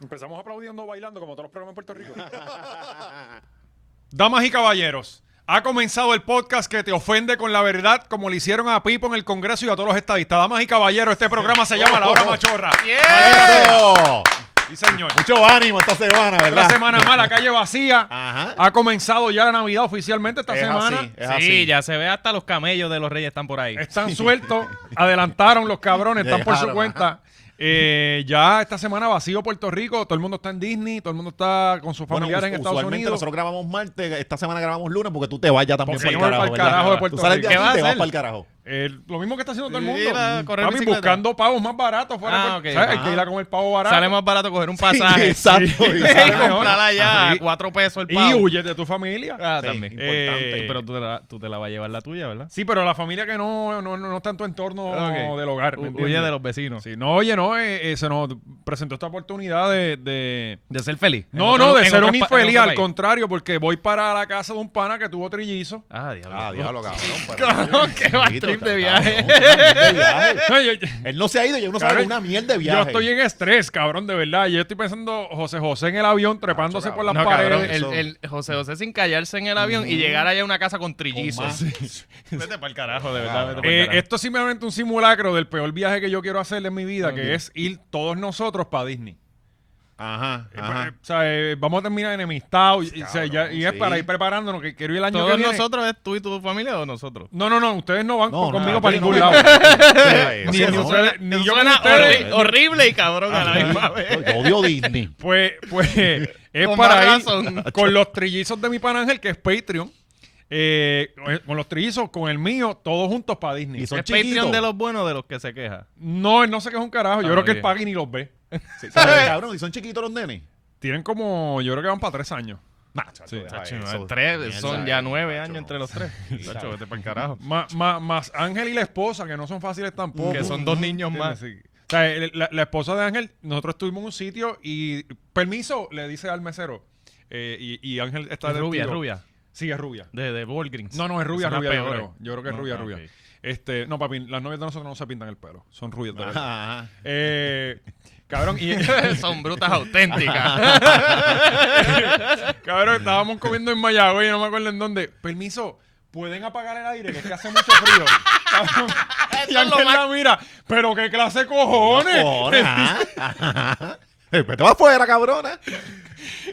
empezamos aplaudiendo bailando como todos los programas en Puerto Rico. Damas y caballeros, ha comenzado el podcast que te ofende con la verdad, como le hicieron a Pipo en el Congreso y a todos los estadistas. Damas y caballeros, este programa se llama La Hora Machorra. ¡Eso! Y señor. Mucho ánimo esta semana, ¿verdad? La semana más, la calle vacía. Ajá. Ha comenzado ya la Navidad oficialmente esta Es semana. así, es sí, así. ya se ve hasta los camellos de los reyes están por ahí. Están sueltos, adelantaron los cabrones, están por su Llegaron, cuenta. Eh, ya esta semana vacío Puerto Rico, todo el mundo está en Disney, todo el mundo está con sus Bueno, familiares en us- Estados usualmente Unidos. nosotros grabamos martes, esta semana grabamos lunes porque tú te vas ya también Porque para el yo me voy pa'l carajo. ¿verdad? carajo de Puerto tú sales Rico. de aquí ¿Qué va y a te vas hacer? para el carajo. Eh, lo mismo que está haciendo todo el Sí, mundo. la- correr Papi, bicicleta. buscando pavos más baratos fuera de Ah, Puerto- ok. ¿sabes? Ah. Hay que ir a comer pavo barato. Sale más barato coger un pasaje. Exacto. Y exacto. mejor. comprarla ya Sí. a cuatro pesos el y pavo. huyes de tu familia. Ah, Sí, también. importante. Eh, pero tú te, la, tú te la vas a llevar la tuya, ¿verdad? Sí, pero la familia que no, no, no, no está en tu entorno Ok. del hogar. ¿me Hu- entiendes? Huye de los vecinos. Sí, no, oye, no, eh, eh, se nos presentó esta oportunidad de- de, De ser feliz. No, En otro- no, de en ser otro un pa- en infeliz, otro al país. contrario, porque voy para la casa de un pana que tuvo trillizo. Ah, diablo. Ah, diablo, cabrón. Cabrón, qué bad Maldito, trip de cabrón, viaje. de Eh. viaje. No, yo, yo- Él no se ha ido, yo no sabe Cabrón, una mierda de viaje. yo estoy en estrés, cabrón, de verdad. Yo estoy pensando José José en el avión trepándose Cacho, por las No, cabrón, paredes. el, eso. el José José sin callarse en el avión y llegar allá a una casa Con con más. trillizos. Vete para el carajo, de Claro. verdad. Vete pa'l Eh, carajo. esto es simplemente un simulacro del peor viaje que yo quiero hacer en mi vida, que es ir todos nosotros para Disney. Ajá, Eh, eh, ajá. o sea, eh, vamos a terminar enemistados. y- y- o sea, Cabrón, ya- y es sí. para ir preparándonos, que quiero ir el año que ¿Todos viene. nosotros es tú y tu familia o nosotros? No, no, no, ustedes no van No, no, conmigo no, para yo ningún no. lado. Eso, ni eso, ni no. ustedes- ni Eso yo con suena ustedes. horri- horrible y cabrón Ah, a la misma vez. Yo odio Disney. Pues, pues es Con para más ir razón. con los trillizos de mi pan Ángel, que es Patreon. eh, con los trillizos, con el mío, todos juntos para Disney. Y son ¿Es chiquitos. Patreon de los buenos o de los que se queja? No, él no sé qué es un carajo. Yo Ah, creo que ok. el paga y ni los ve. Sí, ¿sabes, cabrón, y son chiquitos los nenes. Tienen como, yo creo que van para tres años. Sí. deja Chacho, eso. tres, Mierda, son ya nueve macho, años no. entre los tres. Chacho, vete pa'l carajo. Ma- ma- más Ángel y la esposa, que no son fáciles tampoco. Que son dos niños más. Sí. O sea, el- la, la esposa de Ángel, nosotros estuvimos en un sitio y permiso, le dice al mesero. eh, y, y Ángel está Es rubia, es testigo. rubia. Sí, es rubia. De, de Walgreens. No, no, es rubia, Son las rubia, yo peores. creo. Yo creo que es No, rubia, ah, rubia. ok. Este, no, papi, las novias de nosotros no se pintan el pelo. Son rubias Ah. de verdad. Ajá, ajá. Eh, cabrón, y Son brutas auténticas. cabrón, estábamos comiendo en Mayagüey, no me acuerdo en dónde. Permiso, ¿pueden apagar el aire? Que es que hace mucho frío. Cabrón, y es lo Ángel la mira, pero qué clase de cojones. Cojones, ajá, ajá. Eh, Vete para afuera, cabrona.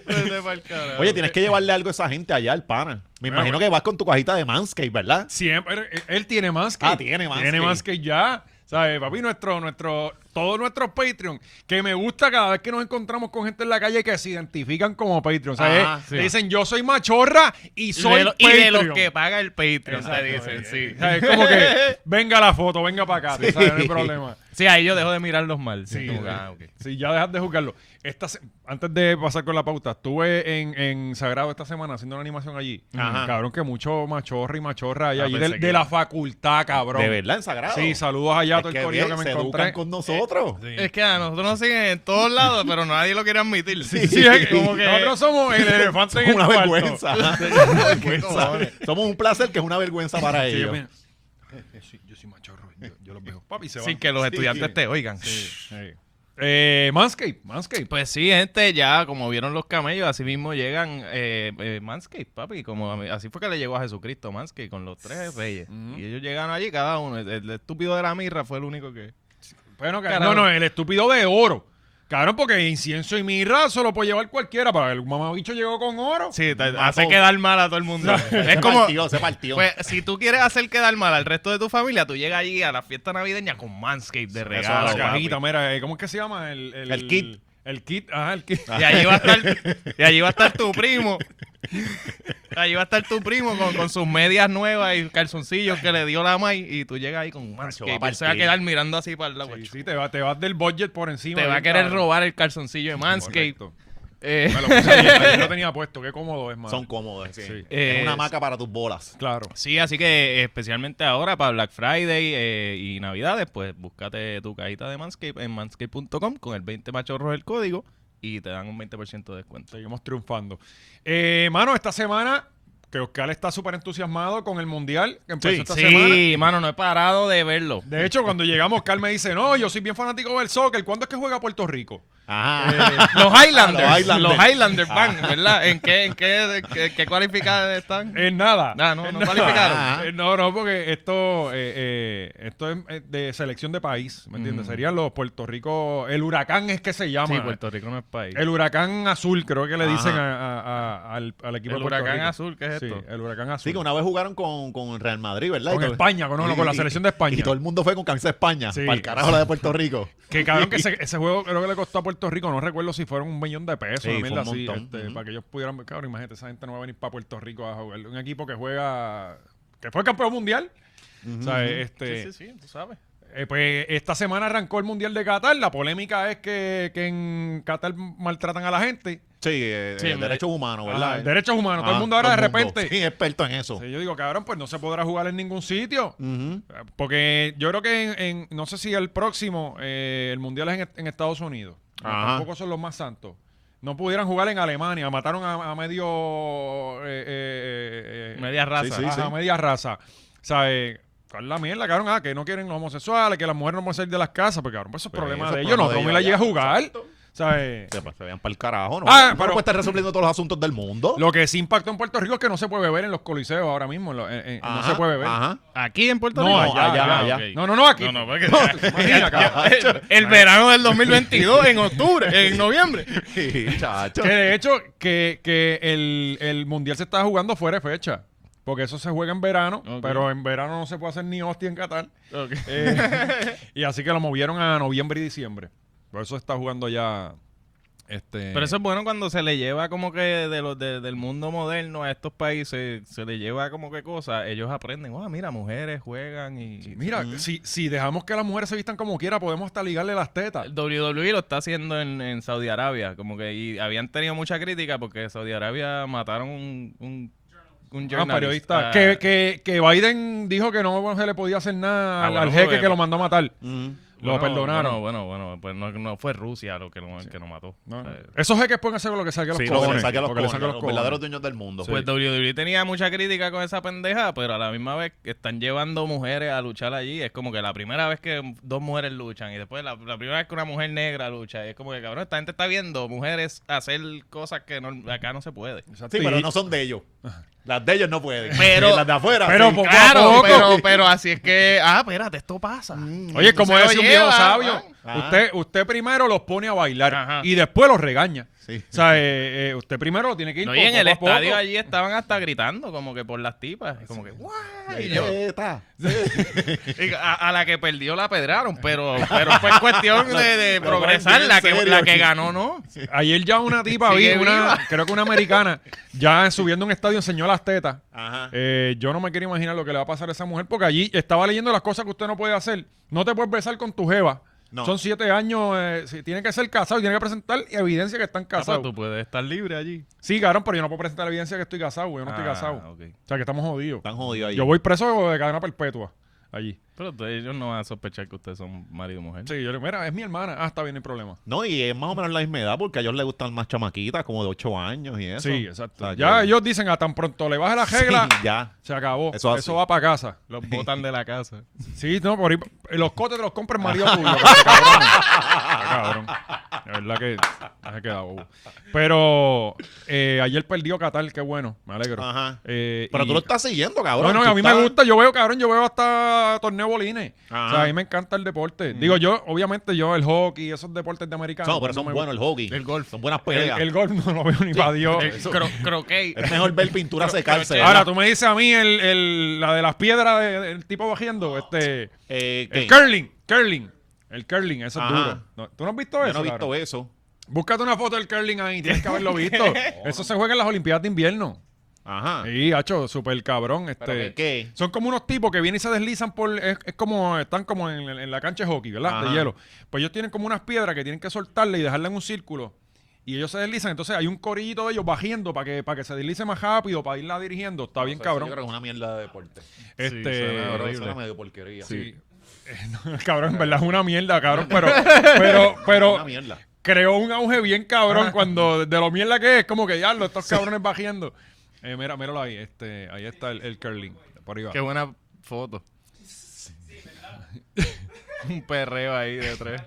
Vete pa'l carajo. Oye, tienes que llevarle algo a esa gente allá al pana. Me Bueno, imagino bueno. que vas con tu cajita de Manscaped, ¿verdad? Siempre, él, él tiene más que. Ah, tiene más Tiene que. más que ya. ¿Sabes, papi? Nuestro, nuestro, todos nuestros Patreon, que me gusta cada vez que nos encontramos con gente en la calle que se identifican como Patreon. ¿Sabes? Ah, sí. Te Dicen, yo soy machorra y soy de lo- y Patreon. de los que paga el Patreon, te Exacto, dicen, eh, sí. ¿sabes? Como que, venga la foto, venga para acá, tú ¿sabes? No hay problema. Sí, ahí yo dejo de mirarlos mal. Sí, Como que, eh, ah, ok. sí, ya dejas de jugarlo. Esta se- antes de pasar con la pauta, estuve en, en Sagrado esta semana haciendo una animación allí. Ajá. Cabrón, que mucho machorra y machorra hay Ah, allí pensé de, que de la era. facultad, cabrón. De verdad, en sagrado. Sí, saludos allá a todo el que corillo bien, que me se encontré. educan con nosotros. Es que a nosotros nos siguen en todos lados, pero nadie lo quiere admitir. Sí. Sí, es que Como que- nosotros somos el Eh, elefante en el Una cuarto. vergüenza. Una pues, vergüenza. Somos un placer que es una vergüenza para Sí, yo, ellos. mira, yo soy, yo soy machorro, yo, yo los veo. Papi, se Sin van. que los estudiantes sí. te oigan. Sí. Eh, Manscape, Manscape. Pues sí, gente, ya como vieron los camellos, así mismo llegan eh, eh, Manscaped, papi. Como a mí- así fue que le llegó a Jesucristo Manscaped con los tres reyes. Ujú. Y ellos llegaron allí, cada uno. El, el estúpido de la mirra fue el único que. Bueno, que- Carajo. no, no, el estúpido de oro. Cabrón, porque incienso y mirra solo puede llevar cualquiera. Para el mamabicho llegó con oro. Sí, te- Mató. hace quedar mal a todo el mundo. es Se como. partió, se partió. Pues si tú quieres hacer quedar mal al resto de tu familia, tú llegas allí a la fiesta navideña con Manscaped de Ah, regalo. la papi. cajita, mira, eh, ¿cómo es que se llama? El, el, El kit. Ah, El kit, ajá, el kit. Y allí va a estar, y allí va a estar tu primo. Allí va a estar tu primo con, con sus medias nuevas y calzoncillos que le dio la May y tú llegas ahí con un Macho, manscape. va a Él se va a partir. quedar mirando así para el lado. Sí, macho. sí, te, va- te vas del budget por encima. Te va a bien, querer cabrón. robar el calzoncillo de Manscape. Correcto. Eh, Me lo puse ayer, yo lo tenía puesto, qué cómodo es, man. Son cómodos. sí. Sí. Es Eh, una maca para tus bolas. Claro. sí, así que eh, especialmente ahora para Black Friday eh, y Navidades, pues búscate tu cajita de Manscape en manscape.com con el 20 machorros del código y te dan un 20% de descuento. Seguimos triunfando. Eh, mano, esta semana, que Oscar está súper entusiasmado con el Mundial, que empezó Sí, esta semana. Sí, mano, no he parado de verlo. De hecho, cuando llegamos, Oscar me dice, no, yo soy bien fanático del soccer. ¿Cuándo es que juega Puerto Rico? Eh, Ajá. Los Highlanders. Los los Highlanders. Highlanders. van, Ah. ¿verdad? ¿En qué, en qué, qué, qué cualificadas están? En Eh, nada. Ah, no, En no nada. cualificaron. Eh, No, no, porque esto, eh, eh, esto es eh, de selección de país, ¿me entiendes? Mm. Serían los Puerto Rico, el huracán es que se llama. Sí, Puerto Rico no es país. ah. El huracán azul, creo que le Ajá. dicen a- a- a- al, al equipo El de Puerto huracán Rico. azul, ¿qué es Sí, esto? el huracán azul. Sí, que una vez jugaron con, con el Real Madrid, ¿verdad? Con Y todo- España, con- no, no, con la selección de España. Y todo el mundo fue con camisa de España. Sí. Para el carajo la de Puerto Rico. Que cabrón, que ese, ese juego creo que le costó a Puerto Rico, no recuerdo si fueron un millón de pesos, Sí, una mierda fue un así, montón. este, Ujú. para que ellos pudieran, cabrón, imagínate, esa gente no va a venir para Puerto Rico a jugar. Un equipo que juega, que fue campeón mundial, o sea, este, Sí, sí, sí, tú sabes. eh, pues esta semana arrancó el Mundial de Qatar, la polémica es que, que en Qatar maltratan a la gente, Sí, eh, Sí, eh, me- derechos humanos, ¿verdad? Ah, derechos humanos, todo el Ah, mundo ahora todo de el mundo. repente, Sí, experto en eso. Sí, yo digo, cabrón, pues no se podrá jugar en ningún sitio, Ujú. porque yo creo que en, en- no sé si el próximo, eh, el mundial es en, en Estados Unidos. No, Ajá. Tampoco son los más santos. No pudieran jugar en Alemania, mataron a, a medio. eh, eh, eh, eh, Media raza. sí, ajá, media raza. O sea, eh, ¿cuál es la mierda, cabrón? Ah, que no quieren los homosexuales, que las mujeres no pueden salir de las casas, pues cabrón, pues eso es Pues problema eso de es ellos. No, problema Romy de la ellos, llega a jugar. O sea, eh, pues, Se, se vean para el carajo, ¿no? Ah, Uno pero- no puede estar resolviendo todos los asuntos del mundo. lo que sí impactó en Puerto Rico es que no se puede beber en los coliseos ahora mismo. en los- en- en- no Ajá, se puede beber. Ajá. Aquí en Puerto No, Rico. allá, allá, Ah, allá. ok. No, no, no, aquí. No, no, porque- Imagina, cabrón. el, el verano del 2022, en octubre, en noviembre. Sí, chacho. Que de hecho, que, que el, el mundial se está jugando fuera de fecha. Porque eso se juega en verano, Ok. pero en verano no se puede hacer ni hostia en Qatar. Eh, y así que lo movieron a noviembre y diciembre. Por eso se está jugando ya. Este, Pero eso es bueno cuando se le lleva como que de los de- del mundo moderno a estos países, se le lleva como que cosas, ellos aprenden, oh, mira, mujeres juegan y... Mira, Mm. si, si dejamos que las mujeres se vistan como quiera, podemos hasta ligarle las tetas. El WWE E lo está haciendo en, en Saudi Arabia, como que y habían tenido mucha crítica porque Saudi Arabia mataron un, un, un Ah, periodista. periodista Que, que, que Biden dijo que no se le podía hacer nada Ah, al- bueno, al jeque pues, que lo mandó a matar. Ujú. lo perdonaron. Bueno, bueno, bueno, pues no, no fue Rusia lo que lo, que lo mató. No, eh, no. O sea, Esos jeques pueden hacer lo que salga a los Sí, lo que cojones. le saque a los lo que le cojones, saque a los los cojones. verdaderos dueños del mundo. Pues WWE tenía mucha crítica con esa pendeja, pero a la misma vez que están llevando mujeres a luchar allí. Es como que la primera vez que dos mujeres luchan y después la, la primera vez que una mujer negra lucha. Y es como que, cabrón, esta gente está viendo mujeres hacer cosas que no- acá no se puede. Exacto. Sí, pero no son de ellos. Las de ellos no pueden. Pero- Sí, las de afuera. pero sí. poco a Claro, poco. Mm. pero, pero así es que, ah, espérate, esto pasa. Oye, como Se lo es un viejo lleva, sabio, ah. usted, usted primero los pone a bailar Ajá. y después los regaña. Sí. O sea, eh, eh, usted primero lo tiene que ir No, y poco en el a poco. estadio allí estaban hasta gritando como que por las tipas. Como que, "Guay". Ay, Y yo, eh, está. Y A, a la que perdió la pedraron, pero, pero fue cuestión de, de Pero progresar. Brandy, La en que, serio. la que ganó, ¿no? Ayer ya una tipa, vi, Sigue una, viva. creo que una americana, ya subiendo a un estadio enseñó las tetas. Ajá. Eh, yo no me quiero imaginar lo que le va a pasar a esa mujer porque allí estaba leyendo las cosas que usted no puede hacer. No te puedes besar con tu jeva. No. Son siete años, eh, si- tiene que ser casado y tiene que presentar evidencia que están pues, casados. puedes estar libre allí. Sí, cabrón, pero yo no puedo presentar evidencia que estoy casado, yo no estoy Ah, casado. ok. O sea, que estamos jodidos. Están jodidos ahí. Yo voy preso de cadena perpetua allí. Pero tú- ellos no van a sospechar que ustedes son marido y mujer. Sí, yo le digo, mira, es mi hermana. Ah, está bien, el problema. No, y es más o menos la misma edad porque a ellos les gustan más chamaquitas, como de 8 años y eso. Sí, exacto. O sea, ya que- ellos dicen, a tan pronto le baje la Sí, regla, ya. se acabó. Eso Eso, es así. va para casa. Los botan de la casa. Sí, no, por ahí, eh, los cotes te los compra el marido tuyo. porque, cabrón. cabrón. La verdad que has quedado bobo. Pero eh, ayer perdió Qatar, qué bueno, me alegro. Ajá. Eh, Pero y- tú lo estás siguiendo, cabrón. No, no, Tú a mí estás- me gusta, yo veo, cabrón, yo veo hasta torneo bolines. Ajá. Mm. O sea, a mí me encanta el deporte. Digo, yo, obviamente, yo el hockey, esos deportes de americanos. No, pero son me buenos el hockey. El golf. Son buenas El, peleas. el golf no lo veo ni para Dios. El cro- croquet. Es mejor ver pintura secarse. Ahora, ¿verdad? tú me dices a mí el, el- la de las piedras de- del tipo bajando, este... Eh, ¿qué? El curling, curling. El curling, eso es Ajá. duro. No, ¿Tú no has visto Yo eso? no he visto cabrón? eso. Búscate una foto del curling ahí, tienes que haberlo visto. eso se juega en las Olimpiadas de invierno. Ajá. Sí, hacho, súper cabrón. Este, Ah. ¿Pero qué- qué? Son como unos tipos que vienen y se deslizan por... Es, es como... Están como en, en la cancha de hockey, ¿verdad? De Ajá. hielo. Pues ellos tienen como unas piedras que tienen que soltarle y dejarla en un círculo. Y ellos se deslizan. Entonces hay un corillito de ellos bajando para que, para que se deslice más rápido, para irla dirigiendo. Está bien O sea, cabrón. Yo creo que es una mierda de deporte. Este, suena Pero horrible. suena medio porquería. sí. Eh, no, cabrón, en verdad es una mierda, cabrón. Pero, pero, pero Una mierda. creó un auge bien cabrón cuando de lo mierda que es, como que ya los estos cabrones bajiendo. Eh, mira, míralo ahí, este, ahí está el, el curling. Por ahí va. Qué buena foto. Un perreo ahí de tres.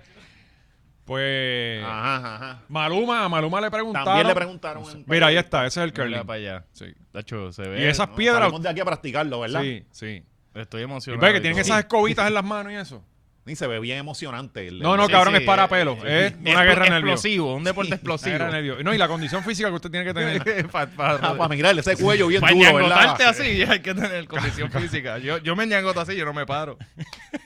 Pues Ajá, ajá. Maluma, a Maluma le preguntaron. Ah. También le preguntaron. en- Mira, ahí está, ese es el Mira curling. para allá. Sí. Tacho, se Y ve. esas No, piedras. salimos de aquí a practicarlo, ¿verdad? Sí, sí. Estoy Y emocionado. ve que y tienen todo. esas escobitas en las manos y eso. Ni se ve bien emocionante. el- No, no, el- Sí, cabrón, sí, es para eh, pelo. eh, Es eh, una guerra expl- nerviosa. explosivo, un deporte explosivo. Guerra nerviosa. No, y la condición física que usted tiene que tener. para Ah, para mirar ese cuello bien para duro, ¿verdad? ñangotarte así ya hay que tener condición física. Yo, yo me ñangoto así, yo no me paro.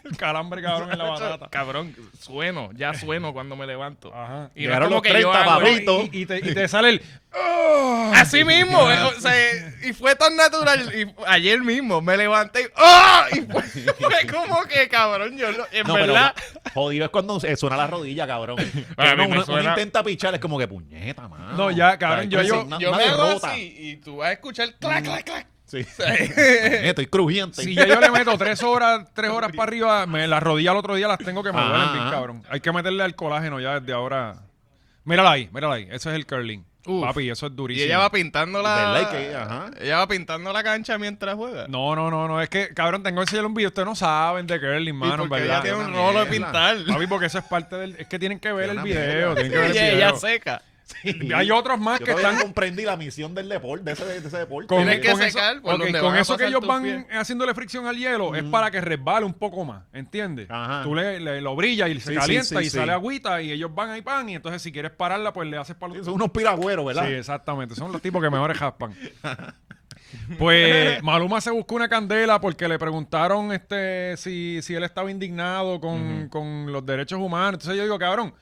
el calambre, cabrón, en la batata. Cabrón, sueno, ya sueno cuando me levanto. Ajá. Y Llegaron como los que yo 30, hago- papito. Y, y te, y te sale el. ¡Oh! Así mismo, eh, o sea, y fue tan natural. Y ayer mismo me levanté y, ¡ah! y fue, fue como que, cabrón, yo lo- en No, pero verdad. jodido es cuando eh, suena la rodilla, cabrón. Para Uno- mí me uno, uno suena- intenta pichar, es como que puñeta, mano. No, ya, cabrón, Ay, yo- pues, yo- una- yo una me hago derrota. así y tú vas a escuchar clac, clac, clac. Sí. Estoy crujiente. Si ya yo le meto tres horas, tres horas para arriba, me las rodillas al otro día las tengo que me Ajá. Ah. duelen bien, cabrón. Hay que meterle al colágeno ya desde ahora. Mírala ahí, mírala ahí. Ese es el curling. Uf. Papi, eso es Y durísimo. ella va pintando la. ¿Verdad? Y que- ajá. Ella va pintando la cancha mientras juega. No, no, no, no. Es que, cabrón, tengo que enseñarle un video. Ustedes no saben de curling, Y mano, en porque ella ¿verdad? tiene un Una rolo de mierda. pintar. Papi, porque eso es parte del. Es que tienen que ver Tiene el una video. mierda. Tienen que ver el Y video. ella seca. Y hay otros más Yo que todavía están. no comprendí la misión del deporte, de ese, de ese deporte. Con, Tienes que con secar eso, por ok, donde con van a eso que pasar ellos tus van pies. haciéndole fricción al hielo es para que resbale un poco más, ¿entiendes? Ajá. Tú le, le- lo brillas y se Sí, sí, calienta sí, y sí. sale agüita y ellos van ahí pan y entonces si quieres pararla pues le haces para Son unos piragüeros, ¿verdad? Sí, exactamente. Son los tipos que mejores jaspan. Pues Maluma se buscó una candela porque le preguntaron este, si, si él estaba indignado con, con los derechos humanos. Entonces yo digo, cabrón,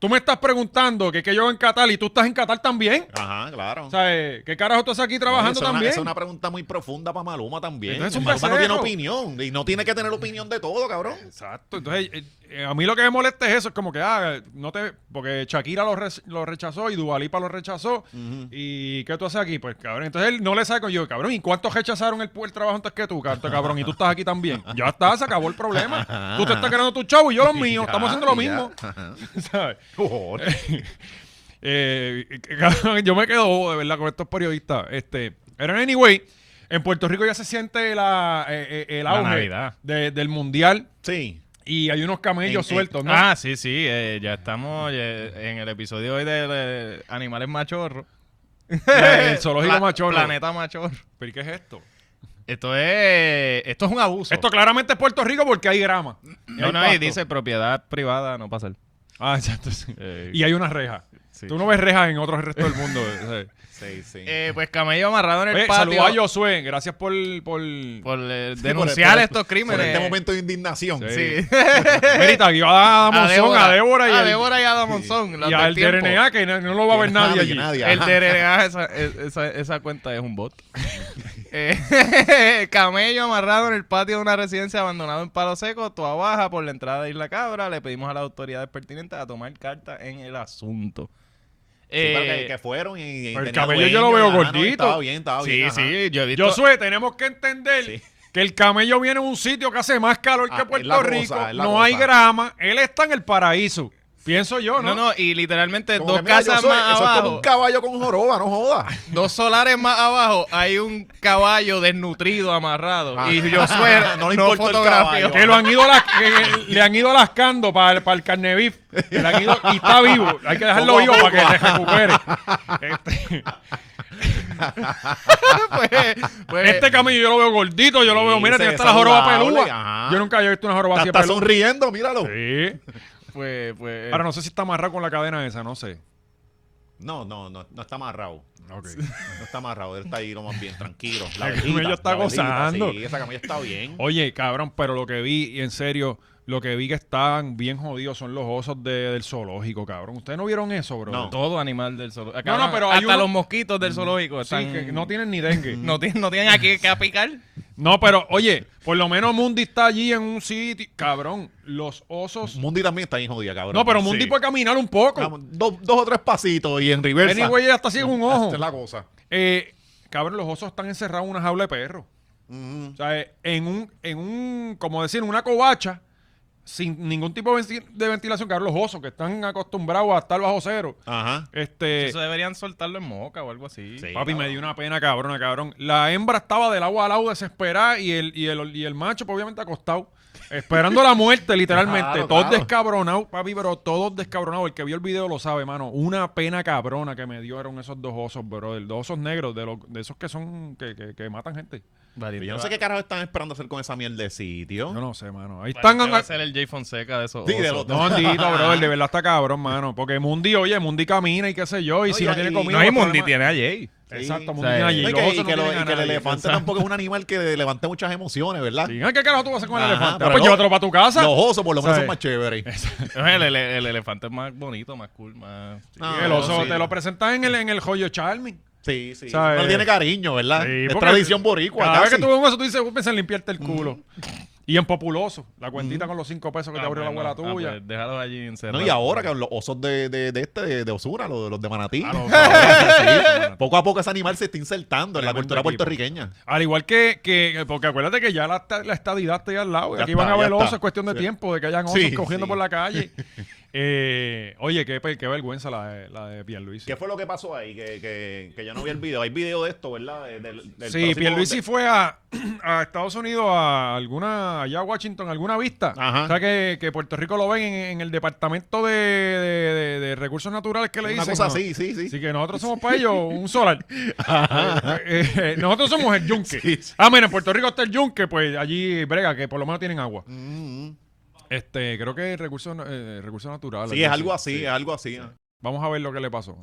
tú me estás preguntando que, que yo en Qatar y tú estás en Qatar también. Ajá, claro. O sea, eh, ¿qué carajo tú estás aquí Oye, trabajando eso es una- también? esa es una pregunta muy profunda para Maluma también. Entonces es un Maluma no tiene becerro. opinión y no tiene que tener opinión de todo, cabrón. Exacto. Entonces, eh, eh, a mí lo que me molesta es eso. Es como que, ah, no te. Porque Shakira lo, re- lo rechazó y Dualipa lo rechazó. ¿Y qué tú haces aquí? Pues, cabrón. Entonces él no le saco yo, cabrón. ¿Y cuántos rechazaron el, el trabajo antes que tú, carta, cabrón? Y tú estás aquí también. Ya está, se acabó el problema. Tú te estás creando tu chavo y yo los míos. Estamos haciendo lo mismo. ¿Sabes? Joder. Eh, cabrón, yo me quedo bobo, de verdad con estos periodistas. Este, pero anyway, en Puerto Rico ya se siente la, eh, eh, el La auge Navidad. de- del mundial. Sí. Y hay unos camellos En- en- sueltos, ¿no? Ah, sí, sí, eh, ya estamos eh, en el episodio hoy de, de Animales Machorro. El zoológico Pla- machorro. Planeta Machorro. ¿Pero qué es esto? Esto es, esto es un abuso. Esto claramente es Puerto Rico porque hay grama. no, hay no, y pasto. dice propiedad privada, no pasar. Ah, exacto. sí. Eh, Y hay una reja. Sí. Tú no ves rejas en otros restos del mundo. eh. Sí, sí. eh, pues camello amarrado en el Oye, patio. saludos a Josué. Gracias por... por... Por eh, Sí, denunciar por- por- estos crímenes. Por este momento de indignación. Sí. Sí. Mérita, yo a A Monzón, Débora, a Débora y, a al- Débora y a Monzón. las y del al tiempo. DRNA, que no, no lo va a ver nadie, allí. El DRNA, esa, e-, esa, esa cuenta es un bot. Eh, camello amarrado en el patio de una residencia abandonado en Palo Seco, Toa Baja, por la entrada de Isla Cabra. Le pedimos a las autoridades pertinentes a tomar carta en el asunto. Sí, pero Eh, que, que fueron y, y el tenía cabello yo lo veo ajá, no, gordito. estaba bien, estaba sí, bien. ajá. sí, yo he visto... Josué, tenemos que entender Sí. que el camello viene en un sitio que hace más calor Ah, que es Puerto la cosa, Rico. es la no cosa. hay grama. Él está en el paraíso. Pienso yo, No, no, y literalmente Como dos que, mira, yo casas soy- más Eso es como abajo, un caballo con joroba, no joda. dos solares más abajo, hay un caballo desnutrido amarrado. Ah. Y Josué No no, le no importó el fotografió. caballo. Que lo han ido las- que le han ido lascando para el carnevif. Le han ido- y está vivo. Hay que dejarlo Poco a vivo para que poco. se recupere. Este, Pues- pues- este camello yo lo veo gordito, yo lo veo. Sí, Mira, se tiene ve hasta la joroba saludable, peluda. ajá. Yo nunca había visto una joroba Está, así de está peluda. sonriendo, míralo. Sí. Pues, pues. Ahora no sé si está amarrado con la cadena esa, no sé. No, no, no, no está amarrado. Ok. No está amarrado, él está ahí lo más bien, tranquilo. La El velita, camello está la velita, gozando. Oh. Sí, esa camilla está bien. Oye, cabrón, pero lo que vi, y en serio, lo que vi que están bien jodidos son los osos de- del zoológico, cabrón. ¿Ustedes no vieron eso, bro? No. Todo animal del zoológico. No, no, pero hay hasta uno- los mosquitos del zoológico Sí, están... que no tienen ni dengue. Mm, no, tienen, no tienen aquí que apicar. No, pero oye, por lo menos Mundi está allí en un sitio. Cabrón, los osos. Mundi también está bien jodida, cabrón. No, pero Mundi Sí. puede caminar un poco. Vamos, dos, dos o tres pasitos y en reversa. Anyway, ella está así en un ojo. Esta es la cosa. Eh, cabrón, los osos están encerrados en una jaula de perro. O sea, eh, en un, en un, como decir, en una covacha, sin ningún tipo de venti- de ventilación, cabrón, los osos que están acostumbrados a estar bajo cero. Ajá. Este. Eso deberían soltarlo en moca o algo así. Sí. Papi, me cabrón. dio una pena, cabrona, cabrón. La hembra estaba del agua al agua desesperada y el, y el, y el macho, pues, obviamente, acostado. Esperando la muerte, literalmente. Claro, todos claro. descabronados, papi, pero todos descabronados. El que vio el video lo sabe, mano. Una pena cabrona que me dieron esos dos osos, bro. Dos osos negros, de, los, de esos que son, que, que- que matan gente. Valiente Yo no sé qué carajo están esperando hacer con esa mierda de sitio. Yo no sé, mano. Ahí va- Valiente están... va a ser el Jay Fonseca de esos Sí, de osos. los- No, Andito, bro, el de verdad está cabrón, mano. Porque Mundi, oye, Mundi camina y qué sé yo, y No, si y- no tiene y- comida... No, y pues, Mundi problema- tiene a Jay. Exacto, Sí. Mundi O sea, tiene allí. No, los y que, osos y no que lo- tienen a y que el nadie. elefante tampoco es un animal que levante muchas emociones, ¿verdad? Sí, ¿Qué carajo tú vas a hacer con el Ajá, elefante? pero Pues no- llévatelo para tu casa. Los osos por lo menos ¿Sabes? son más chéveres. El, el- el elefante es más bonito, más cool, más... Ah, No, el oso sí. te lo presentan en el, en el joyo charming. Sí, sí. ¿Sabes? Pero tiene cariño, ¿verdad? Sí, es porque tradición boricua. Cada vez casi. que tú ves un oso, tú dices, "Uh, piensa en limpiarte el culo. Y en populoso, la cuentita con los cinco pesos que te Ah, abrió bueno, la abuela ah, tuya. pues, déjalo allí encerrado. No, y ahora que los osos de, de, de este, de, de Osura, los, los de Manatí. Ah, los- los- Poco a poco ese animal se está insertando en la Tremendo cultura equipo. puertorriqueña. Al igual que, que, porque acuérdate que ya la, esta- la estadidad está ahí al lado. y Ya aquí está, van a ya ver está. osos, es cuestión de Sí. tiempo, de que hayan osos Sí, cogiendo sí. por la calle. Eh, oye, qué, pe- qué vergüenza la de, la de Pierluisi. ¿Qué fue lo que pasó ahí? Que, que, que yo no vi el video. Hay video de esto, ¿verdad? De- Del, del sí, próximo- Pierluisi de- fue a, a Estados Unidos, a alguna, allá a Washington, a alguna vista. Ajá. O sea, que, que Puerto Rico lo ven en, en el departamento de, de- de- de recursos naturales que le Una dicen. cosa ¿no? así, sí, sí. Así que nosotros somos para ellos un solar. Eh, eh, eh, nosotros somos el yunque. Sí, sí. Ah, mira, en Puerto Rico está el yunque, pues allí brega, que por lo menos tienen agua. Mm, mm. Este, creo que recursos, eh, recursos naturales. Sí, es algo así, es algo así. Vamos a ver lo que le pasó.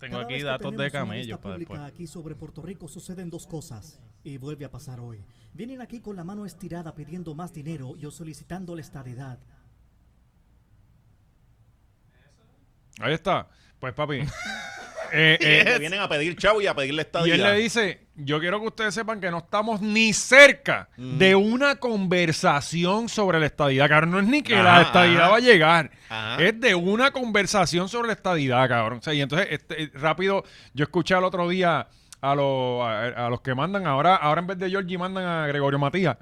Tengo Cada aquí vez que datos de tenemos una camellos vista para pública después. Aquí sobre Puerto Rico suceden dos cosas y vuelve a pasar hoy. Vienen aquí con la mano estirada pidiendo más dinero y o solicitando la estadidad. Ahí está. Pues papi. Eh, eh, Que Vienen a pedir chavo y a pedirle Y estadía. él le dice, yo quiero que ustedes sepan que no estamos ni cerca de una conversación sobre la estadidad, cabrón. No es ni que la Ajá, estadidad ajá. va a llegar. Ajá. Es de una conversación sobre la estadidad, cabrón. O sea, y entonces, este, eh, rápido, yo escuché al otro día a, los a, a los que mandan, ahora, ahora en vez de Georgie mandan a Gregorio Matías.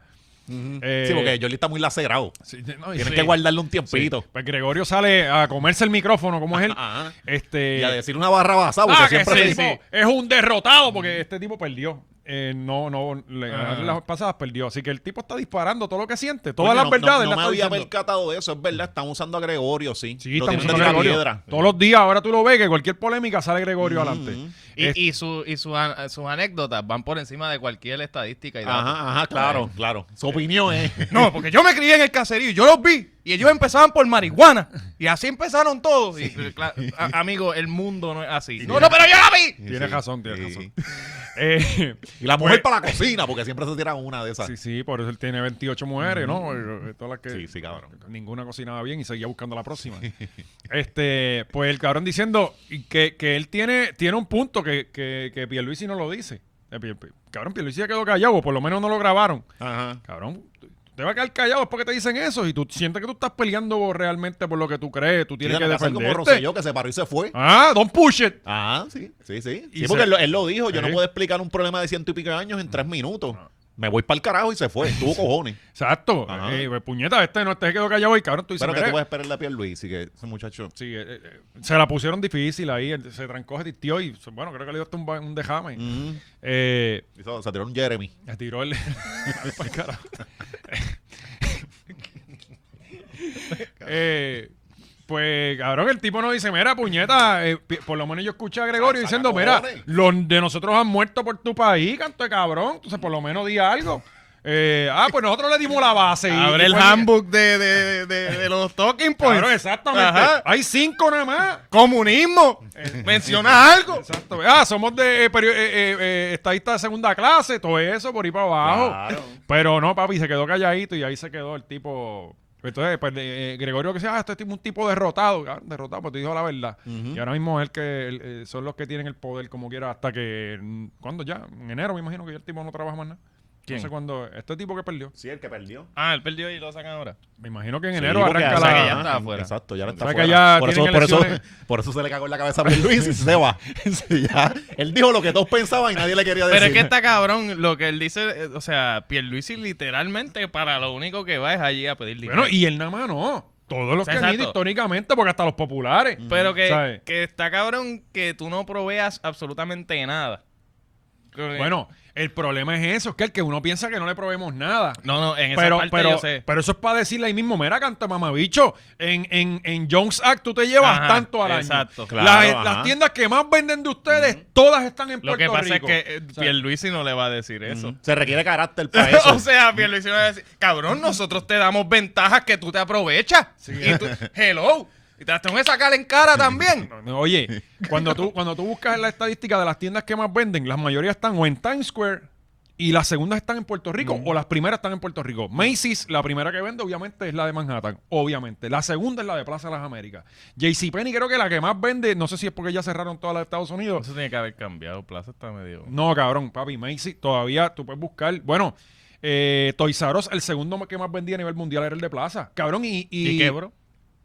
Eh, Sí, porque Jolly está muy lacerado. sí, no, y Tienen sí. que guardarle un Sí. tiempito. Pues Gregorio sale a comerse el micrófono, como es él. Ajá. Este, Y a decir una barra basada, porque Ah, que siempre ese se- tipo es un derrotado porque este tipo perdió. Eh, no, no, le- Ah. las pasadas perdió. Así que el tipo está disparando todo lo que siente, Coño, todas las no- verdades. No, no las me está había diciendo. percatado de eso, es verdad. Están usando a Gregorio, sí. Sí, Lo estamos tienen usando a de Gregorio. piedra. Todos los días, ahora tú lo ves que cualquier polémica sale Gregorio Ujú. adelante. Este, Y, Es- y su- y su an- sus anécdotas van por encima de cualquier estadística y dato. Ajá, ajá, claro, claro. Su opinión es. No, porque yo me crié en el caserío y yo los vi. Y ellos empezaban por marihuana. Y así empezaron todos. Sí, pero cla- a- amigo, el mundo no es así. No, no, pero yo la vi. Tienes Sí, razón, tienes sí. razón. Eh, Y la mujer Pues- para la cocina, porque siempre se tiran una de esas. sí, sí, por eso él tiene 28 mujeres, ¿no? Eh, Todas las que Sí, sí, cabrón. ninguna cocinaba bien y seguía buscando la próxima. este, pues el cabrón diciendo que, que él tiene, tiene un punto que, que, que Pierluisi no lo dice. Eh, Pier- Pier- Cabrón, Pierluisi se quedó callado, o por lo menos no lo grabaron. Ajá. Cabrón, tú- tú te vas a quedar callado porque te dicen eso y tú sientes que tú estás peleando realmente por lo que tú crees, tú tienes Tiene que que hacer como defenderte. Rosselló que se paró y se fue. Ah, don't push it. Ah, sí, sí, sí. Y Sí, porque se- él, lo- él lo dijo. Yo no Sí. Ah. puedo explicar un problema de ciento y pico de años en tres minutos. Me voy para el carajo y se fue. Tuvo cojones. Exacto. Ajá. Eh, pues, puñeta, este no este se quedó callado y cabrón, tú dices, Pero que "Mira, tú puedes esperar la piel, Luis, y que ese muchacho. Sí, eh, eh, eh, se la pusieron difícil ahí, él se trancó, se tistió y bueno, creo que le dio hasta un, ba- un dejame. Mm. Eh, Hizo- se tiró un Jeremy. le tiró el... Pa'l carajo. Eh, pues, cabrón, el tipo no dice, mira, puñeta, eh, pi- por lo menos yo escuché a Gregorio Ah, Ay, saca diciendo, mira, cojones. los de nosotros han muerto por tu país, canto de cabrón, entonces por lo menos di algo. Eh, ah, pues nosotros le dimos la base. y- Abre y el fue- handbook de, de- de- de los talking points. Cabrón, exactamente. Ajá. Hay cinco nada más. Comunismo. Menciona algo. Exacto. Eh, Ah, somos de eh, perio- eh, eh, eh, estadistas de segunda clase, todo eso, por ir para abajo. Claro. Pero no, papi, se quedó calladito y ahí se quedó el tipo. Entonces, pues, eh, eh, Gregorio que decía, ah, este tipo es un tipo derrotado, cabrón, derrotado, pues te dijo la verdad. Y ahora mismo es el que el, eh, son los que tienen el poder como quiera hasta que, mm, ¿cuándo ya? En enero me imagino que ya el tipo no trabaja más nada. ¿Quién? No sé cuándo, este tipo que perdió. Sí, el que perdió. Ah, él perdió y lo sacan ahora. Me imagino que en Sí, enero porque arranca o sea, la... que ya Ajá. está afuera. Exacto, ya no está O sea, que afuera. ya por, eso, tienen por, eso, elecciones. por eso se le cagó en la cabeza a Luis Luis y se va. Sí, ya. Él dijo lo que todos pensaban y nadie le quería decir. Pero es que está cabrón lo que él dice. eh, O sea, Pierluisi literalmente para lo único que va es allí a pedir dinero. Bueno, y él nada más no. Todos los O sea, que han ido exacto. históricamente, porque hasta los populares. Pero que, ¿sabes? que está cabrón que tú no proveas absolutamente nada. Creo que- Bueno, el problema es eso, que el que uno piensa que no le probemos nada. No, no, en esa pero, parte pero, yo sé. pero eso es para decirle ahí mismo, mira, canta mamabicho, en, en, en Jones Act tú te llevas Ajá, tanto al año. exacto. Claro, las, ajá. las tiendas que más venden de ustedes, todas están en Lo Puerto que pasa Rico. es que eh, O sea, Pierluisi no le va a decir eso. Mm. Se requiere carácter para eso. o sea, Pierluisi va a decir, cabrón, nosotros te damos ventajas que tú te aprovechas. Y tú, hello. Y te las tengo que sacar en cara también. No, Oye, cuando tú, cuando tú buscas la estadística de las tiendas que más venden, las mayorías están o en Times Square y las segundas están en Puerto Rico o las primeras están en Puerto Rico. Macy's, la primera que vende obviamente es la de Manhattan, obviamente. La segunda es la de Plaza de las Américas. JCPenney creo que la que más vende, no sé si es porque ya cerraron todas las de Estados Unidos. Eso tiene que haber cambiado. Plaza está medio... No, cabrón, papi, Macy, todavía tú puedes buscar. Bueno, eh, Toys R Us, el segundo que más vendía a nivel mundial era el de Plaza. Cabrón, y. ¿Y, quebró?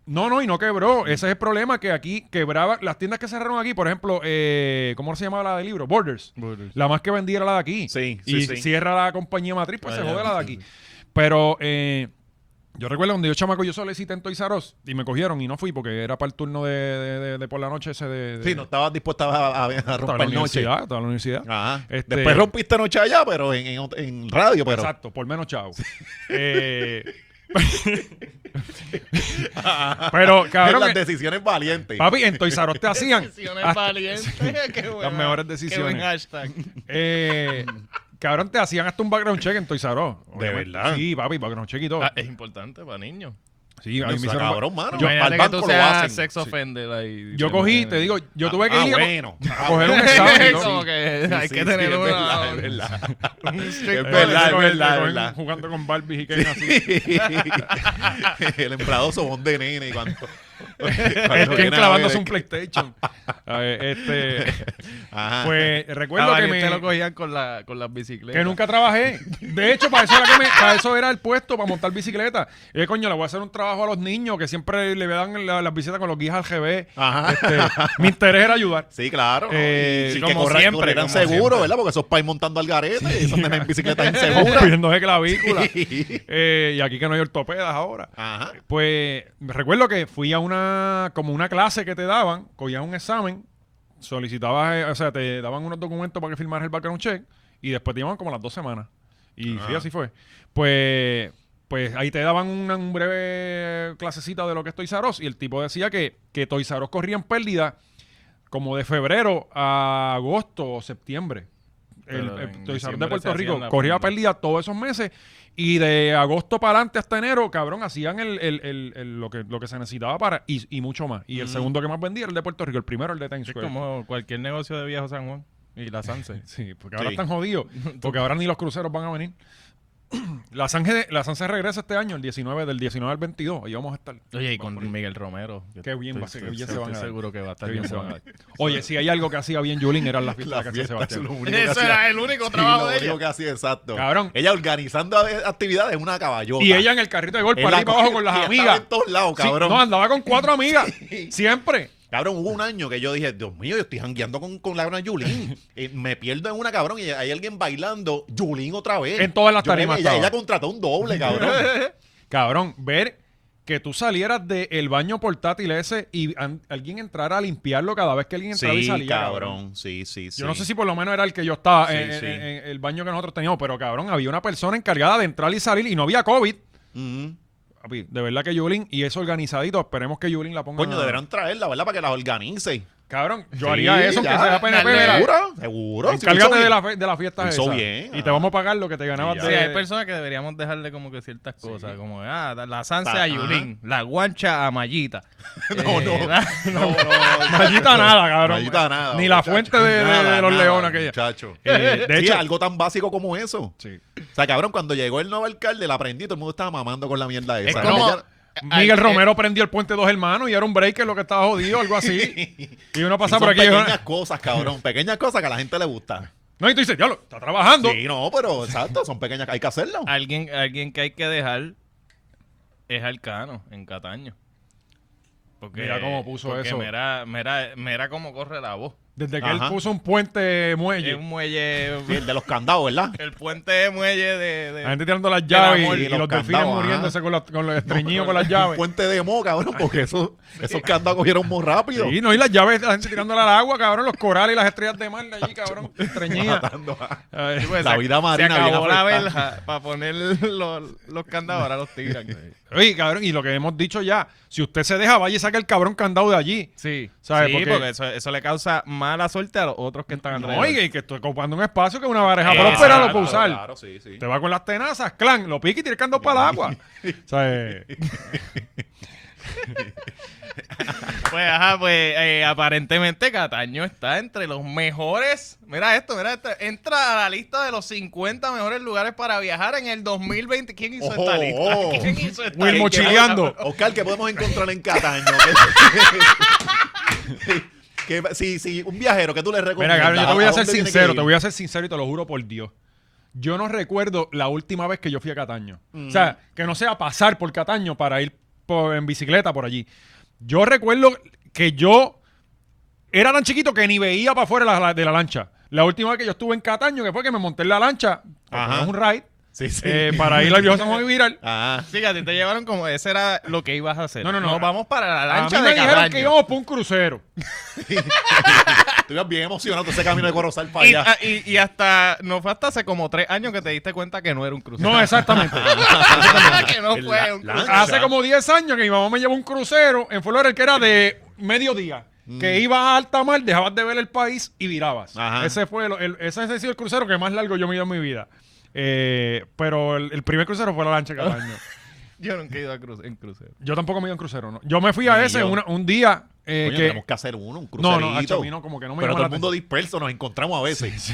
No, no, y no quebró. Ese es el problema que aquí quebraba. Las tiendas que cerraron aquí, por ejemplo, eh, ¿cómo se llamaba la de libros? Borders. La más que vendía era la de aquí. Sí, sí, Y sí. cierra la compañía matriz, pues Ah, se ya, jode la de sí, aquí. Pero eh, yo recuerdo cuando yo chamaco, yo solicité en Toys R Us y me cogieron y no fui porque era para el turno de, de- de- de por la noche ese de. de- Sí, no estabas dispuesta a, a- a estaba en la romper noche. universidad. Ah, estaba en la universidad. Ajá. Este- Después rompiste noche allá, pero en, en ot- en radio, pero. Exacto, por menos chavo. Eh, pero, En cabrón, las eh, decisiones valientes. papi, en Toys R Us te hacían. hasta- Qué buena- Las mejores qué decisiones. buen hashtag. eh, cabrón, te hacían hasta un background check en Toys R Us. obviamente. verdad? Sí, papi, background check y todo. Ah, es importante para niños. sí, a Coño, mí me está hicieron- cabrón, mano. Yo, Yo, al que tú banco lo seas hacen. sex offender ahí. Yo cogí, te digo, yo tuve que ah, ir a- bueno. a coger un examen. ¿no? Como que hay que tener es una- verdad, es verdad. Eh, es verdad, cogen- es verdad, es cogen verdad. Jugando con Barbies y que así. el empleado sobón de nene y cuando, El cuando Ken viene a clavándose un ver- PlayStation. A ver, este, Ajá. pues Recuerdo Ah, recuerdo que me, lo cogían con, la, con las bicicletas. Que nunca trabajé. De hecho, para eso, era que me- para eso era el puesto, para montar bicicleta. Y yo, coño, le voy a hacer un trabajo a los niños que siempre le dan la- las bicicletas con los guías al GB. Ajá. Este, mi interés era ayudar. Sí, claro. ¿no? Eh, y como siempre, corrieran como seguro, siempre. ¿verdad? Porque esos pais montando al garete y esos nenes en bicicleta inseguras. Pidiendo de clavícula. Sí. Eh, y aquí que no hay ortopedas ahora. Ajá. Pues recuerdo que fui a una, como una clase que te daban, cogías un examen, solicitabas, eh, o sea, te daban unos documentos para que firmaras el background check y después te iban como las dos semanas. Y sí, Ah. así fue. Pues, pues ahí te daban una un breve clasecita de lo que es Toys R Us, y el tipo decía que, que Toys R Us corría en pérdida como de febrero a agosto o septiembre. El, Pero el Toys R en Us diciembre de se Puerto hacían Rico la corría a pérdida. pérdida todos esos meses y de agosto para adelante hasta enero, cabrón, hacían el, el- el- el- lo, que, lo que se necesitaba para y, y mucho más. Y el segundo que más vendía era el de Puerto Rico, el primero el de Times Es Square. como cualquier negocio de Viejo San Juan y la Sanse. Sí, porque ahora Sí. están jodidos, porque ahora ni los cruceros van a venir. La Sanse, la Sanse regresa este año, el 19, del 19 al 22, ahí vamos a estar. Oye, y con Miguel Romero. Yo Qué bien va a estoy- ser, qué bien estoy se van a dar. seguro que va a estar Qué bien bien se van a buena. dar. Oye, si hay algo que hacía bien Julín era la fiesta La de la San fiesta es lo Sebastián. único que hacía. el único Sí, lo único que hacía, exacto. Cabrón. Ella organizando a- actividades es una caballota. Y ella en el carrito de golf, En para la arriba y para abajo con co- y las estaba amigas. en todos lados, Sí, cabrón. no, andaba con cuatro amigas, siempre. Cabrón, hubo un año que yo dije, Dios mío, yo estoy jangueando con, con Laura Yulín. Eh, me pierdo en una, cabrón, y hay alguien bailando Yulín otra vez. En todas las Yo- tarimas Ella, estaba. ella contrató un doble, cabrón. Cabrón, ver que tú salieras del baño portátil ese y an- alguien entrara a limpiarlo cada vez que alguien entraba y salía. Sí, sí, sí. Yo no sé si por lo menos era el que yo estaba Sí, en, en- sí. en el baño que nosotros teníamos, pero cabrón, había una persona encargada de entrar y salir y no había COVID. Ujú. Papi, De verdad que Yulín, y eso organizadito, esperemos que Yulín la ponga. Coño, deberán traerla, ¿verdad? Para que las organice. Cabrón, Ah. yo Sí, haría eso, que ya. sea PNP. ¿verdad? ¿Seguro? ¿Seguro? sí, Encárgate hizo de la, bien. fe- de la fiesta Lo hizo esa. bien, Y ah. te vamos a pagar lo que te ganabas Y ya. de... Sí, hay personas que deberíamos dejarle como que ciertas cosas, como ah, da- la Sanse Ta- a Yulín, la guancha a Mayita. No, Eh, no. la- No, no, no. Mallita nada, cabrón. Mallita nada. Ni la muchacho. fuente de, de- Nada, de los nada, leones aquella. Muchacho. Eh, de Sí, hecho- algo tan básico como eso. Sí. O sea, cabrón, cuando llegó el nuevo alcalde, la prendí, todo el mundo estaba mamando con la mierda esa. Es Ahora como- ya- eh, Miguel Ay, Romero prendió el puente dos hermanos y era un breaker lo que estaba jodido, algo así. y uno pasa son por aquí y pequeñas uno- cosas, cabrón. Pequeñas cosas que a la gente le gusta. No, y tú dices, diablo, está trabajando. Sí, no, pero exacto, son pequeñas. Hay que hacerlo. Alguien, alguien que hay que dejar es Arcano en Cataño. Porque, Mira cómo puso porque eso. Mira, mira, mira cómo corre la voz. Desde que Ajá. él puso un puente muelle. Es un muelle. Sí, el de los candados, ¿verdad? El puente de muelle de. de- La gente tirando las llaves amor y, y y los los delfines candados, muriéndose ajá. con, los- con los estreñidos con las llaves. Puente de moca, cabrón, porque esos, esos candados cogieron muy rápido. Sí, no, y las llaves, la gente tirándola al agua, cabrón, los corales y las estrellas de mar de allí, cabrón, estreñidas. Matando a- Ay, pues, la se- vida marina Se bien acabó la afectada. verja para poner los, los candados, ahora los tiran. Oye, cabrón, y lo que hemos dicho ya, si usted se deja, vaya y saca el cabrón candado de allí. Sí, ¿Sabe sí, por qué? porque eso, eso le causa mala suerte a los otros que están alrededor. No, y que estoy ocupando un espacio que una pareja Exacto, próspera lo puede Claro, usar. Claro, sí, sí. Te va con las tenazas, clan, lo pica y tira el candado para el agua. O sea, eh, Pues, ajá, pues eh, aparentemente Cataño está entre los mejores. Mira esto, mira esto. Entra a la lista de los 50 mejores lugares para viajar en el 2020. ¿Quién hizo Ojo, esta lista? ojo. ¿Quién hizo esta Wilmo lista? Chileando. Oscar, ¿qué podemos encontrar en Cataño? Que- que- si, si un viajero que tú le recomiendas. mira, cabrón, yo te voy a ser dónde tiene que sincero, ir? te voy a ser sincero y te lo juro por Dios. Yo no recuerdo la última vez que yo fui a Cataño. O sea, Mm. que no sea pasar por Cataño para ir por- en bicicleta por allí. Yo recuerdo que yo era tan chiquito que ni veía para afuera la- la- de la lancha. La última vez que yo estuve en Cataño, que fue que me monté en la lancha, porque Ajá. es un ride, Sí, sí. eh, para ir al viejo San Juan y Viral. Ah, Sí, que a ti te llevaron como ese era lo que ibas a hacer. No, no, no. Nos vamos para la A lancha mí me de dijeron que Cataño. íbamos por un crucero. tú ibas bien emocionado todo ese camino de Corozal para Y, allá. a- y- y hasta, no fue hasta hace como tres años que te diste cuenta que no era un crucero. No, exactamente. que no fue un La- crucero. la- Hace como 10 años que mi mamá me llevó un crucero en Flores que era de mediodía. Mm. Que ibas a alta mar, dejabas de ver el país y virabas. Ajá. Ese fue el, el- ese ha sido el crucero que más largo yo me he ido en mi vida. Eh, pero el, el primer crucero fue la lancha de Cataño. Yo nunca he ido a cruce- en crucero. yo tampoco me he ido en crucero, ¿no? Yo me fui a Ni ese yo. una- un día eh, Coño, que... tenemos que hacer uno, un No, crucerito. no, hacho, a mí no, como que no me Pero llama todo la el mundo disperso, nos encontramos a veces.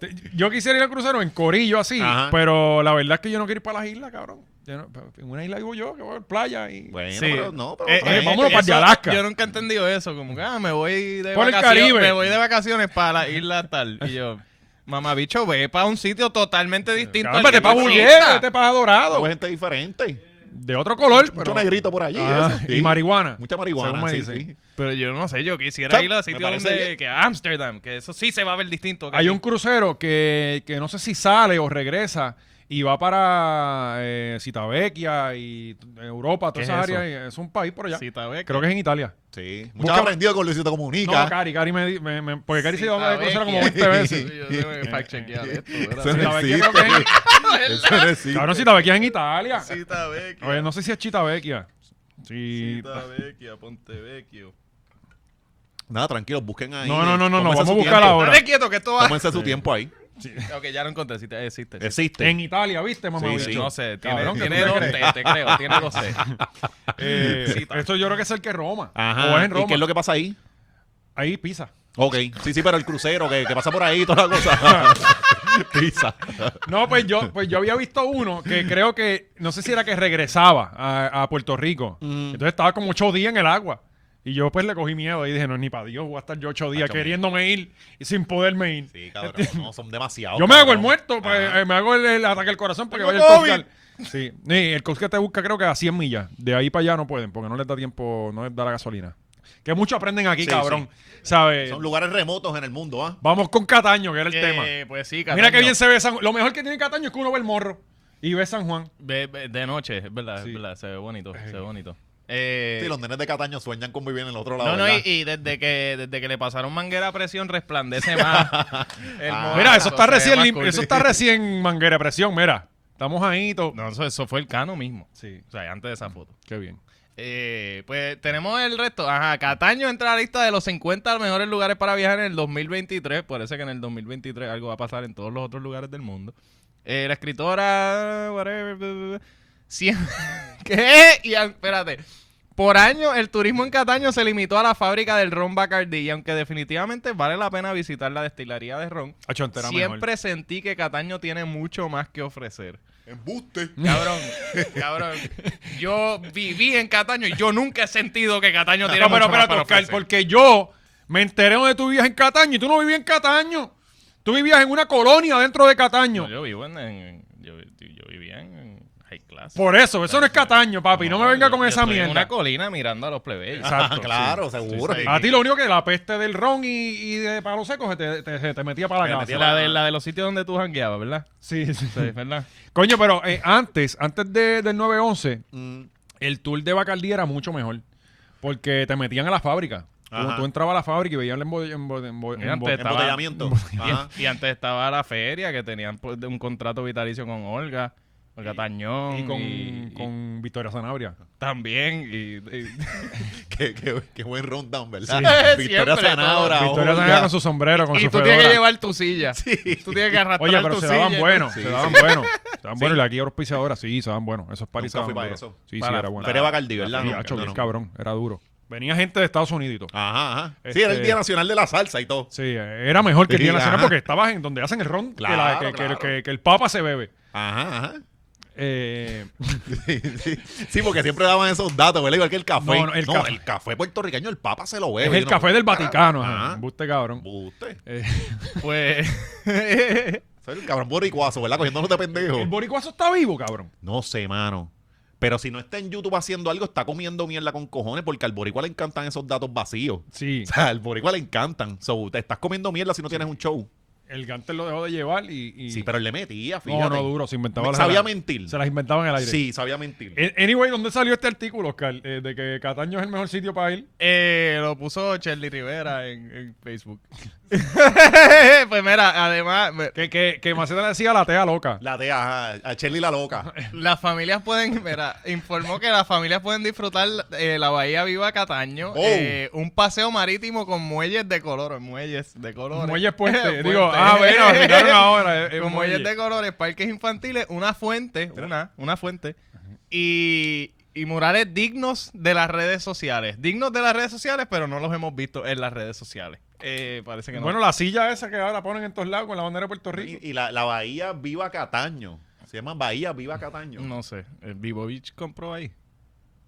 Te- Yo quisiera ir al crucero en corillo así, Ajá. pero la verdad es que yo no quiero ir para las islas, cabrón. Yo no- en una isla vivo yo, que voy a playa y... Bueno, Sí. pero no, pero Eh, otra vez. eh, vámonos para eso- Alaska. Yo nunca he entendido eso, como que ah, me voy de Por el vacaciones, Caribe. me voy de vacaciones para la isla tal y yo, mamá bicho, ve para un sitio totalmente distinto. Cabrón, al vete que para tú Bulguera, estás. vete para Dorado. Pues gente diferente. De otro color, Mucho pero... negrito por allí. Ah, eso, y sí. marihuana. Mucha marihuana, según me sí, dicen. sí. Pero yo no sé, yo quisiera Chap, ir a me sitios parece donde bien. que a Amsterdam, que eso sí se va a ver distinto. que Hay aquí. un crucero que, que no sé si sale o regresa y va para eh, Citavecchia y t- Europa, toda ¿Qué es esa eso? área. y es un país por allá. Sí, está bien. Creo que es en Italia. Sí. Mucho Busca- aprendido con Luisito Comunica. No, Cari, Cari me, di- me- me- Porque Cari se Sí, iba a está crucero como bien. 20 veces. Yo tengo que fact chequear esto, ¿verdad? Eso no Citavecchia existe. creo que es- Eso no existe. Cabrón, Citavecchia es en Italia. Sí, está bien. Oye, no sé si es Chitavecchia. Sí. Vecchia, Pontevecchio. Nada, tranquilos, busquen ahí. No, no, no, no, no, Tómense vamos a su buscar tiempo. ahora. Dale quieto que esto va. Tómense su tiempo ahí. Ok, ya lo encontré, sí, te- existe. sí. Existe. En Italia, ¿viste, mamá? Sí. No sé, tiene, Cabrón, ¿qué tiene tú te dos crees? T, te creo, tiene dos C. Eh, Sí, está. esto yo creo que es el que es Roma. Ajá. O es en ¿Y qué Roma. es lo que pasa ahí? Ahí pisa. Ok. Sí, sí, pero el crucero que, que pasa por ahí, toda la cosa. Pizza. No, pues yo, pues yo había visto uno que creo que, no sé si era que regresaba a, a Puerto Rico. Mm. Entonces estaba como ocho días en el agua. Y yo pues le cogí miedo y dije, no, ni para Dios, voy a estar yo ocho días Hacho, mira. queriéndome ir y sin poderme ir. Sí, cabrón. No, son demasiados. Este- Yo me hago el cabrón. muerto, pues, Ajá. eh, me hago el, el ataque al corazón porque Tengo vaya el COVID. coach. al- Sí. Sí, el coach que te busca creo que a 100 millas. De ahí para allá no pueden porque no les da tiempo, no les da la gasolina. Que mucho aprenden aquí, Sí, cabrón. ¿Sabes? Son lugares remotos en el mundo, ¿ah? Vamos con Cataño, que era el tema. Eh, Pues sí, Mira qué Cataño. bien se ve San Juan. Lo mejor que tiene Cataño es que uno ve el morro y ve San Juan. Ve- ve- de noche, es verdad, Sí. es verdad, se ve bonito, se ve bonito. Sí, Eh, los nenes de Cataño sueñan con vivir en el otro lado. no, no, ¿verdad? y, y desde que desde que le pasaron manguera a presión resplandece más. el Ah, morro. Mira, eso está se ve recién más lim- cool. eso está recién manguera de presión, mira. Estamos ahí y todo. No, eso, eso fue el cano mismo. Sí, O sea, antes de esa foto. qué bien. Eh, pues tenemos el resto. Ajá, Cataño entra a la lista de los 50 mejores lugares para viajar en el 2023. Parece que en el 2023 algo va a pasar en todos los otros lugares del mundo. Eh, la escritora. Whatever, blah, blah, blah. Cien- ¿Qué? Y, ah, espérate. Por año, el turismo en Cataño se limitó a la fábrica del ron Bacardi. Y aunque definitivamente vale la pena visitar la destilería de ron, Hacho entera siempre mejor. sentí que Cataño tiene mucho más que ofrecer. Embuste. Cabrón, cabrón. Yo viví en Cataño y yo nunca he sentido que Cataño tiene No, pero mucho más espérate, para Oscar, ofrecer. porque yo me enteré de tú vivías en Cataño y tú no vivías en Cataño. Tú vivías en una colonia dentro de Cataño. No, yo vivo en, en- yo yo, yo vivía en high class. Por eso, eso no es Cataño, papi. No me venga con yo esa estoy En una mierda. colina mirando a los plebeyos. Exacto, Ah, claro, seguro. sí, A ti lo único que la peste del ron y, y de palo seco se te, te- se te metía para Me la metía casa. la, de, la de los sitios donde tú jangueabas, ¿verdad? Sí, sí. Sí, ¿verdad? Coño, pero eh, antes, antes de, del 9-11, Mm, el tour de Bacardí era mucho mejor. Porque te metían a la fábrica. Tú- Ajá. Tú entrabas a la fábrica y veías el embo- embo- embo- Mira, embo- antes- Embotellamiento. Ajá. Y, y antes estaba la feria que tenían pues, de un contrato vitalicio con Olga, Olga Tañón. y con, y- con Victoria Sanabria. También. Y, y- Qué, qué- qué buen rundown, ¿verdad? Sí. Victoria Siempre, Sanabra. Victoria Sanabria con su sombrero, con y su tú tienes que fedora. llevar tu silla. Tú tienes que arrastrar Oye, pero tu se silla. daban buenos, Sí, se daban buenos. Se daban buenos y la guía auspiciadora, sí, se daban buenos. Esos paris se Nunca daban fui para duros. eso. Sí, sí, Para era la bueno. Feria Bacardí, ¿verdad? Sí, No, hacho, no, bien no. cabrón, era duro. Venía gente de Estados Unidos y todo. Ajá, ajá. Sí, Este- era el Día Nacional de la Salsa y todo. Sí, eh, era mejor que el Sí, Día Nacional ajá. porque estabas en donde hacen el ron que la- Claro, que, que- claro. que- que el papa se bebe. Ajá, ajá. Eh, Sí, sí. Sí, porque siempre daban esos datos, ¿verdad? Igual que el café. No, No, no, el el, café. café. puertorriqueño, el papa se lo bebe. es el Yo no- café del Vaticano, Ajá. ajá, embuste cabrón. Buste. Eh, Pues. Soy el cabrón boricuazo, ¿verdad? Cogiéndonos de pendejo. el boricuazo está vivo, cabrón. No sé, mano. Pero si no está en YouTube haciendo algo, está comiendo mierda con cojones porque al boricua le encantan esos datos vacíos. Sí, O sea, al boricua le encantan. So, te estás comiendo mierda si no tienes un show. el Gantel lo dejó de llevar y... y- Sí, pero él le metía, no, fíjate. no, duro, se inventaba Me- las- sabía las- mentir. Se las inventaban en el aire. Sí, sabía mentir. Eh, Anyway, ¿dónde salió este artículo, Oscar? Eh, de que Cataño es el mejor sitio para ir. Eh, lo puso Charlie Rivera en, en Facebook. pues mira, además, me- Que, que, que Maceta le decía la tea loca. La de ajá, a Shelly la loca. las familias pueden, mira, informó que las familias pueden disfrutar eh, la Bahía Viva Cataño, Oh. eh, un paseo marítimo con muelles de colores, muelles de colores. Muelle puente. Puentes. Digo, ah, bueno, arreglaron ahora. eh, eh, con muelle. muelles de colores, parques infantiles, una fuente, una, una fuente, y, y murales dignos de las redes sociales. Dignos de las redes sociales, pero no los hemos visto en las redes sociales. Eh, parece que no. Bueno, la silla esa que ahora ponen en todos lados con la bandera de Puerto Rico. Y, y la, la Bahía Viva Cataño. Se llama Bahía Viva Cataño. no sé. El Vivo Beach compró ahí.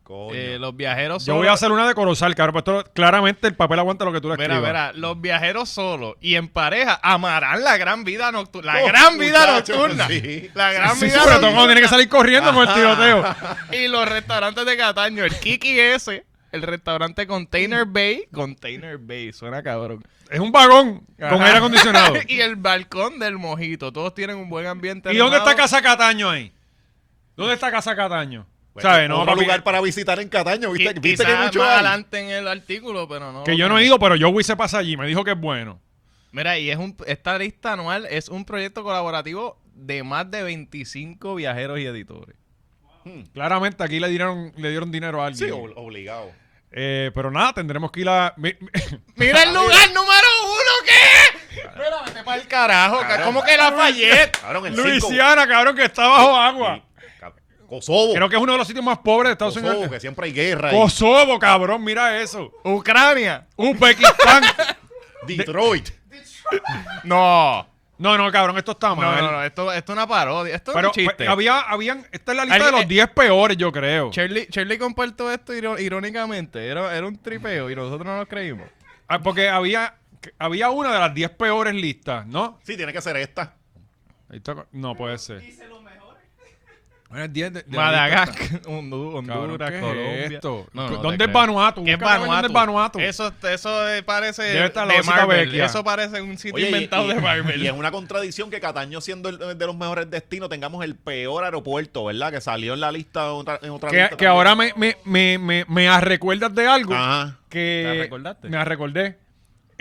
Coño. Eh, los viajeros Yo voy a hacer una de Corozal, cabrón. pero esto- claramente el papel aguanta lo que tú le Verá, escribas. verá, los viajeros solos y en pareja amarán la gran vida nocturna. La Oh, gran vida muchachos, nocturna. sí. La gran Sí, sí, vida pero todo el mundo nocturna. tiene que salir corriendo con el tiroteo. Y los restaurantes de Cataño, el Kiki S, el restaurante Container Bay, Container Bay, suena cabrón. Es un vagón con Ajá. aire acondicionado. y el balcón del mojito, todos tienen un buen ambiente. ¿Y dónde armado. está Casa Cataño ahí? ¿Dónde está Casa Cataño? Bueno, ¿Sabes? No, Pues, otro papi, lugar para visitar en Cataño. ¿Viste, Qui- viste que quizás mucho más hay? adelante en el artículo, pero no. que yo no he ido, pero yo se pasa allí. Me dijo que es bueno. Mira, y es un, esta lista anual es un proyecto colaborativo de más de 25 viajeros y editores. Claramente aquí le dieron, le dieron dinero a alguien. Sí, ob- obligado. Eh, pero nada, tendremos que ir a. mi- mi- Ah, ¡Mira el lugar número uno que es! Mira, vete para el carajo. ca- Claro. ¿Cómo que la fallé? Cabrón, el Luisiana, cabrón, que está bajo agua. cinco- Cab- Kosovo. Creo que es uno de los sitios más pobres de Estados Kosovo, Unidos. que siempre hay guerra. ahí. Kosovo, cabrón, mira eso. Ucrania. Uzbekistán. Detroit. No. no, no, cabrón, esto está No, mal. no, no. Esto, esto es una parodia. Esto Pero, es un chiste. pero había, habían, esta es la lista de Alguien- los 10 peores, yo creo. Shirley, Shirley compartió esto iró- irónicamente. Era, era un tripeo y nosotros no lo creímos. Ah, Porque había, había una de las 10 peores listas, ¿no? Sí, tiene que ser esta. Ahí está co- no puede ser. Bueno, es 10 de- de la Madagascar, Hondu- lista. Cabrón, Honduras, ¿qué es Colombia. esto? No, no, te ¿Dónde es creo. Vanuatu? ¿Qué es Busca, cabrón, Vanuatu? ¿Dónde es Vanuatu? Eso, eso eh, parece Debe estar la de osita Marvel. Vecchia. Eso parece un sitio Oye, y- inventado y, de Marvel. y es una contradicción que Cataño, siendo el- de los mejores destinos, tengamos el peor aeropuerto, ¿verdad? Que salió en la lista en otra, en otra Que, lista que también. ahora me, me, me, me, me arrecuerdas de algo Ajá. que... ¿Te arrecordaste? Me arrecordé.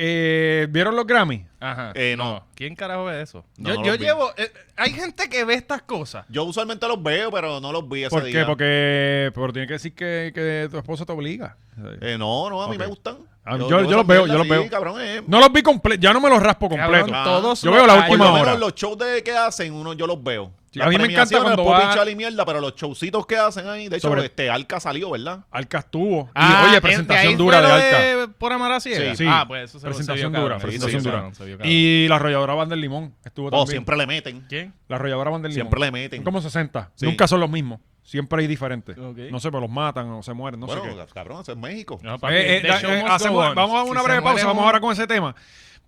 Eh, ¿Vieron los Grammy? Ajá. Eh, no. ¿Quién carajo ve eso? No, yo no yo los vi. llevo. eh, hay gente que ve estas cosas. Yo usualmente los veo, pero no los vi ese ¿Por qué? día. Porque, porque tiene que decir que, que tu esposa te obliga. Eh, no, no, a mí Ok. me gustan. Ah, yo- yo esas los veo, mierdas, yo los sí, veo. cabrón, eh. No los vi completo, ya no me los raspo completo. Cabrón, Ah. todos Yo los veo la años- Por última lo hora. menos los shows de que hacen, uno yo los veo. Sí, a mí me encanta premiaciones, cuando Pupi, va- Chal y mierda, pero los showcitos que hacen ahí, de hecho, Sobre- este Alca salió, ¿verdad? Alcas tuvo. Ah, y, ¿de oye, ahí presentación fue dura de lo Alcas. Por amar a ciegas? Sí. Ah, pues eso se, Presentación se vio dura, cabrón. presentación Sí, se dura. vieron, se vio cabrón. Y la arrolladora Van del Limón estuvo Oh, también. siempre le meten. ¿Quién? La arrolladora Van del Limón. Siempre le meten. Son como 60. Sí. Nunca son los mismos. Siempre hay diferentes. Ok. No sé, pero los matan o se mueren, no bueno, sé qué. cabrón, eso es México. No, Eh, eh, The da- show eh, must go hacemos- on. vamos a Si una se breve pausa, muere vamos uno- ahora con ese tema.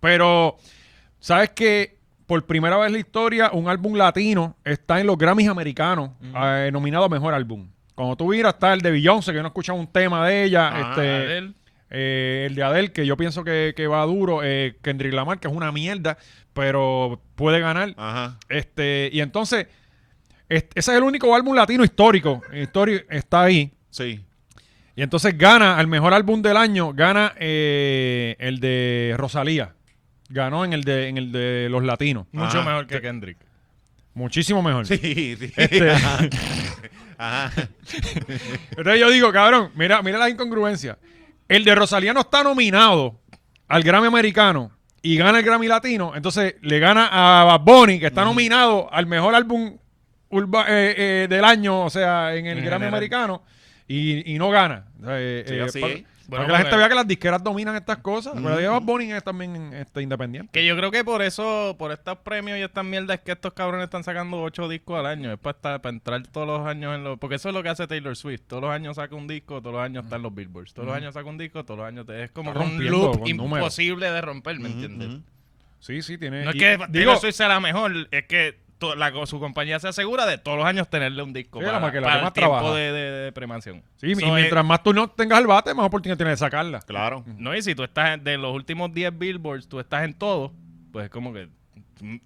Pero, ¿sabes qué? por primera vez en la historia, un álbum latino está en los Grammys americanos, eh, nominado a Mejor Álbum. Cuando tú miras, está el de Beyoncé, que no escuchaba un tema de ella. Ah, este, Adele. eh, el de Adele, que yo pienso que, que va duro. Eh, Kendrick Lamar, que es una mierda, pero puede ganar. Ajá. Este, y entonces, es- ese es el único álbum latino histórico. histórico está ahí. Sí. Y entonces gana al mejor álbum del año, gana eh, el de Rosalía. Ganó en el de, en el de los latinos. Mucho Ah, mejor que Kendrick. Muchísimo mejor. Sí, sí. Este- Ajá. Ajá. Entonces yo digo, cabrón, mira, mira la incongruencia. El de Rosalía no está nominado al Grammy americano y gana el Grammy latino. Entonces le gana a Bad Bunny, que está nominado al mejor álbum urba- eh, eh, del año, o sea, en el En Grammy general. americano, y, y no gana. Eh, Sí, eh, así para- es. para Bueno, que la gente bueno. vea que las disqueras dominan estas cosas. Pero de Bad Bunny es también este, independiente. Que yo creo que por eso, por estos premios y estas mierdas que estos cabrones están sacando ocho discos al año. Es para, estar- para entrar todos los años en los... Porque eso es lo que hace Taylor Swift. Todos los años saca un disco, todos los años están los billboards. Todos los años saca un disco, todos los años... te- es como Está un rompiendo loop con números. imposible de romper, ¿me entiendes? Ujú. Sí, sí, tiene. No es y- que digo, Taylor Swift sea la mejor, es que to- la co- su compañía se asegura de todos los años tenerle un disco Sí, para, la más que- la para que más el tiempo trabaja. de, de- de premación. sí, y So, eh, mientras más tú no tengas el bate, más oportunidad tienes de sacarla. Claro. No, y si tú estás en- de los últimos 10 Billboards, tú estás en todo, pues es como que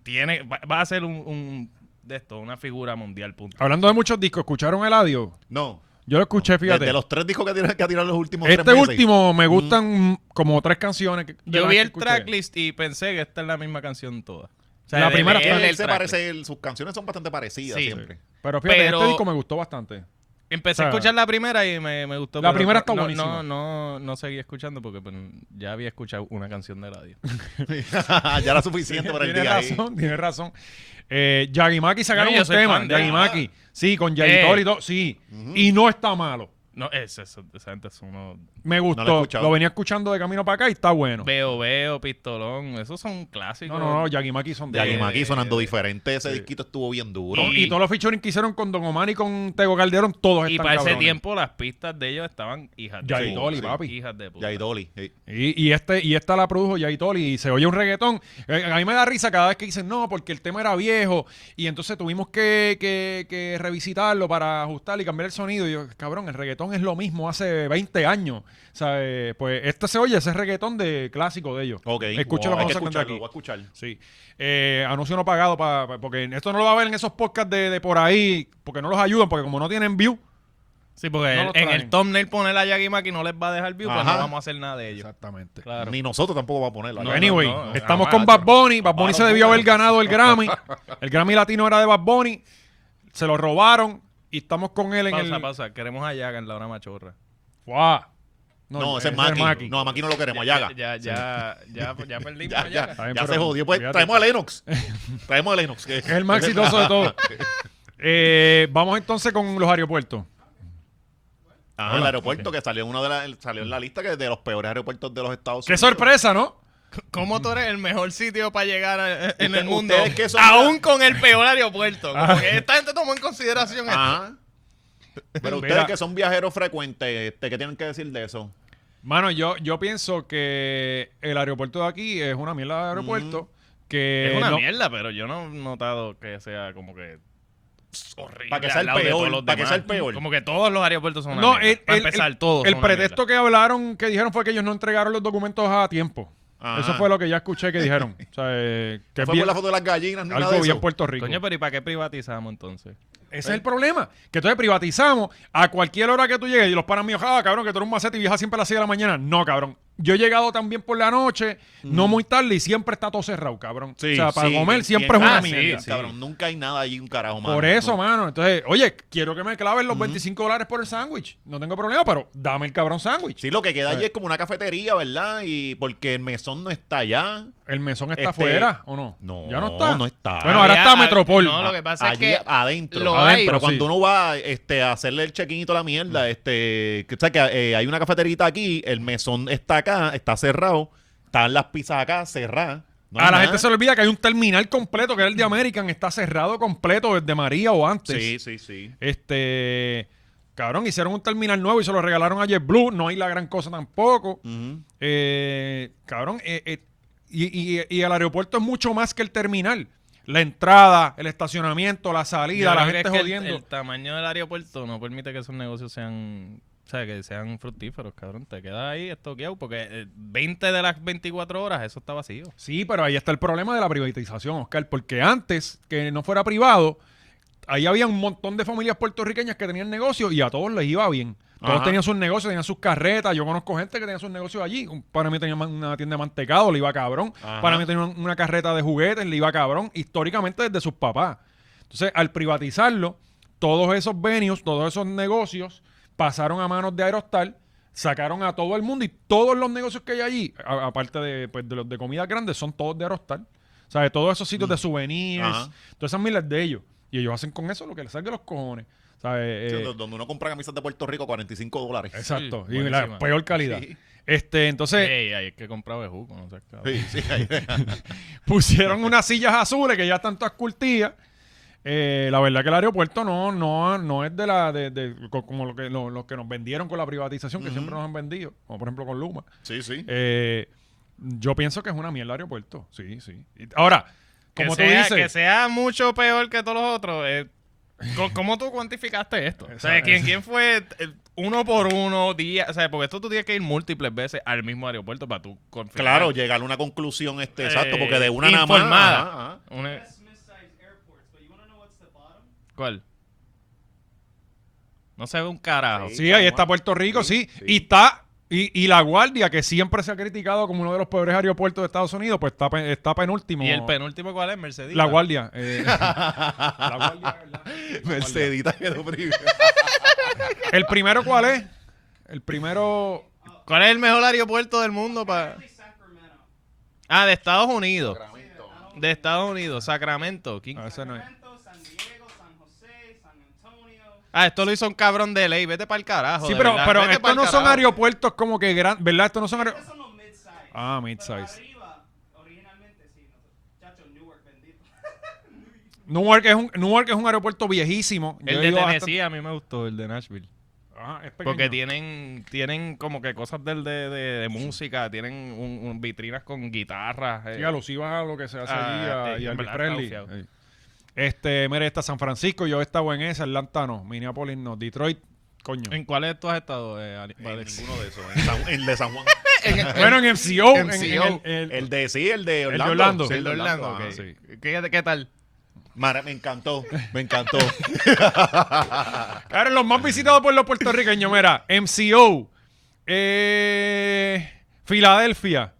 tiene, va, va a ser un, un- de esto, una figura mundiel, punto. Hablando de muchos discos, ¿escucharon el adiós? No. Yo lo escuché, De, fíjate. de los tres discos que ha tirado- que ha tirado los últimos Este tres meses. último me gustan mm, como tres canciones. que- de Yo las vi que el escuché. tracklist y pensé que esta es la misma canción toda. O La de primera leer Él, el él se tracklist. parece, él- sus canciones son bastante parecidas Sí. siempre. Pero fíjate, Pero- este disco me gustó bastante. O Empecé sea, a escuchar la primera y me, me gustó. la pero primera no- está no, buenísima. No, no, no seguí escuchando porque pues, ya había escuchado una canción de radio. ya era suficiente para el Tiene día ahí. razón, tiene razón. Eh, Yagimaki sacaron No, yo un soy tema. fan de- Yagimaki. Sí, con Yagitol Eh. y todo. Sí. Y no está malo. No, es, es, esa gente es uno... Me gustó. he lo, escuchado. venía escuchando de camino para acá y está bueno. Veo, veo, pistolón. Esos son clásicos. No, no, no. Yagimaki son De de. Aguimaki sonando diferente. Ese disquito estuvo bien duro. Y, y todos los featuring que hicieron con Don Omar y con Tego Calderón, todos Y están para ese cabrones. tiempo las pistas de ellos estaban hijas de Yari puta. Dolly, papi. Hijas de puta. Ya y Dolly. sí. Y, y este, y esta la produjo Yaitol y se oye un reggaetón. Eh, A mí me da risa cada vez que dicen no, porque el tema era viejo y entonces tuvimos que, que- que revisitarlo para ajustar y cambiar el sonido. Y yo, cabrón, el reggaetón es lo mismo hace 20 años. ¿Sabes? Pues este se oye, ese reggaetón de clásico de ellos. Ok. Escúchalo, Wow. Hay vamos que a cantar escucharlo, aquí. voy a escuchar. Sí. Eh, anuncio no pagado pa- pa- porque esto no lo va a ver en esos podcasts de, de por ahí, porque no los ayudan, porque como no tienen view. Sí, porque No el- los en traen. el thumbnail poner a Yagimaki no les va a dejar view, pues Ajá. no vamos a hacer nada de ellos. Exactamente. Claro. Ni nosotros tampoco vamos a ponerlo. No, anyway, no, Ah, no, estamos con jamás, Bad Bunny. Bad Bunny Claro, se debió claro. haber ganado el Grammy. El Grammy latino era de Bad Bunny. Se lo robaron y estamos con él en Pausa, el. pausa. Queremos a Yaga en la hora machorra. Guau. No, ese es Maki. No, a Maki no lo queremos, a Yaga. Ya, ya, ya, ya, ya perdimos Ya, a ya, Yaga. Está bien, ya pero se jodió. Pues fíjate. traemos a Lennox. traemos a Lennox. que- Es el más exitoso de todo. Eh, vamos entonces con los aeropuertos. Ajá, el aeropuerto que salió en una de las- salió en la lista que es de los peores aeropuertos de los Estados ¡Qué Unidos. sorpresa, ¿no? ¿Cómo tú eres el mejor sitio para llegar a- en el Ustedes mundo? que son- Ah. Aún con el peor aeropuerto. Como que esta gente tomó en consideración esto. Ajá. Pero ustedes Mira. que son viajeros frecuentes, este, ¿qué tienen que decir de eso? Mano, yo, yo pienso que el aeropuerto de aquí es una mierda de aeropuerto. Que Es una no- mierda, pero yo Eh, no he notado que sea como que horrible. Pa' que sea el al lado de peor, todos los pa' que demás. sea el peor. Como que todos los aeropuertos son una No, mierda. el, Para el- empezar, el- todos el son una pretexto que hablaron, que dijeron fue que ellos no entregaron los documentos a tiempo. Ajá. Eso fue lo que ya escuché que dijeron. O sea, eh, que No es fue bien- por la foto de las gallinas ni nada de algo bien eso. pues, Puerto mierda. Rico. Coño, pero ¿y para qué privatizamos entonces? Ese es el problema. Que entonces privatizamos a cualquier hora que tú llegues. Y los panas míos, ah, cabrón, que tú eres un macete y viajas siempre a las 6 de la mañana. No, cabrón. Yo he llegado también por la noche, no muy tarde, y siempre está todo cerrado, cabrón. Sí, o sea, para sí, comer y- siempre y- es una ah, sí, mierda. sí, Cabrón, nunca hay nada ahí, un carajo, mano. Por eso, No. mano. Entonces, oye, quiero que me claven los 25 dólares por el sándwich. No tengo problema, pero dame el cabrón sándwich. Sí, lo que Eh. queda allí es como una cafetería, ¿verdad? Y porque el mesón no está allá. El mesón está Este, afuera, ¿o no? no, Ya no está. no está. Bueno, ahora Había- está hab- Metropol. No, lo que pasa Allí es que adentro. lo adentro. hay. Pero Sí. Mm. cuando uno va este, a hacerle el check-in y toda la mierda, este, que, o sea, que eh, hay una cafeterita aquí, el mesón está acá, está cerrado, están las pizzas acá cerradas. no hay a Ah, la nada. gente se le olvida que hay un terminal completo, que era el de American, está cerrado completo desde María o antes. Sí, sí, sí. Este. Cabrón, hicieron un terminal nuevo y se lo Mm. regalaron a JetBlue. No hay la gran cosa tampoco. Ujú. Eh, cabrón, eh, eh, Y, y- y el aeropuerto es mucho más que el terminal. La entrada, el estacionamiento, la salida, la Yo creo que gente es que el- jodiendo. El, tamaño del aeropuerto no permite que esos negocios sean, o sea, que sean fructíferos, cabrón. Te quedas ahí estoqueado porque eh, 20 de las 24 horas eso está vacío. Sí, pero ahí está el problema de la privatización, Oscar, porque antes que no fuera privado, ahí había un montón de familias puertorriqueñas que tenían negocios y a todos les iba bien. Todos Ajá. tenían sus negocios, tenían sus carretas. Yo conozco gente que tenía sus negocios allí. Un Para mí tenía man- una tienda de mantecado, le iba cabrón. Ajá. Para mí tenía un- una carreta de juguetes, le iba cabrón. Históricamente desde sus papás. Entonces, al privatizarlo, todos esos venios, todos esos negocios pasaron a manos de Aerostar, sacaron a todo el mundo y todos los negocios que hay allí, a- aparte de, pues, de los de comidas grandes, son todos de Aerostar. O sea, de todos esos sitios de souvenirs, Ajá. todas esas miles de ellos. Y ellos hacen con eso lo que les salga de los cojones. ¿Sabes? Sí, Eh, donde uno compra camisas de Puerto Rico, 45 dólares. exacto. Sí, y la buenísima. Eh, peor calidad. Sí. Este, entonces, Ey, ahí es que compraba el jugo, no sé, cabrón. Sí, sí, ahí. pusieron unas sillas azules que ya están todas curtidas. Eh, la verdad que el aeropuerto no, no, no es de la de, de- co- como lo que, lo, lo que nos vendieron con la privatización, que siempre nos han vendido, como por ejemplo con Luma. sí, sí. Eh, yo pienso que es una mierda el aeropuerto. Sí, sí. Y Ahora, como que tú sea, dices. Que sea mucho peor que todos los otros. eh, co- ¿Cómo tú cuantificaste esto? O sea, Exacto. ¿quién, quién fue eh, uno por uno, día? O sea, porque esto tú tienes que ir múltiples veces al mismo aeropuerto para tú confirmar. Claro, llegar a una conclusión, este, Eh, exacto, porque de una nada más. informada. ajá, ajá. Una- ¿Cuál? No se ve un carajo. Sí, ahí está Puerto Rico, sí. Y está. Y, y la Guardia, que siempre se ha criticado como uno de los peores aeropuertos de Estados Unidos, pues está, pe- está penúltimo. ¿Y el penúltimo cuál es? Mercedes. La Guardia. eh, la Guardia, ¿verdad? Mercedita quedó primero. ¿El primero cuál es? El primero. ¿Cuál es el mejor aeropuerto del mundo para...? Ah, de Estados Unidos. De Estados Unidos, Sacramento. ¿Quién- No, ese no es. Ah, esto lo hizo un cabrón de ley. Vete para el carajo. Sí, de pero, verdad. pero Vete estos pa'l no son carajo. aeropuertos como que grandes, ¿verdad? Estos no son aeropuertos. Ah, mid-size. Newark es un, Newark es un aeropuerto viejísimo. Yo El he de ido hasta- Tennessee a mí me gustó, el de Nashville. Ajá, es pequeño. Porque tienen, tienen como que cosas del de, de- de música, tienen un, un- vitrinas con guitarras. eh. Sí, alusivas a lo que se hace Ah, allí a- este, y a en Elvis verdad, Presley. está bufiado. Sí. Este, mire, está San Francisco, yo he estado en esa, Atlanta no, Minneapolis no, Detroit, coño. ¿En cuáles tú has estado? eh, Ali- En Alex? ninguno de esos. En, San- en de San Juan. bueno, en MCO, en, en MCO, el- el- El de sí, el de Orlando. Orlando. Sí, El de Orlando, ah, ajá, ok. sí. ¿Qué, qué tal? Mara, me encantó, me encantó. Ahora, los más visitados por los puertorriqueños, mira, MCO, eh, Filadelfia,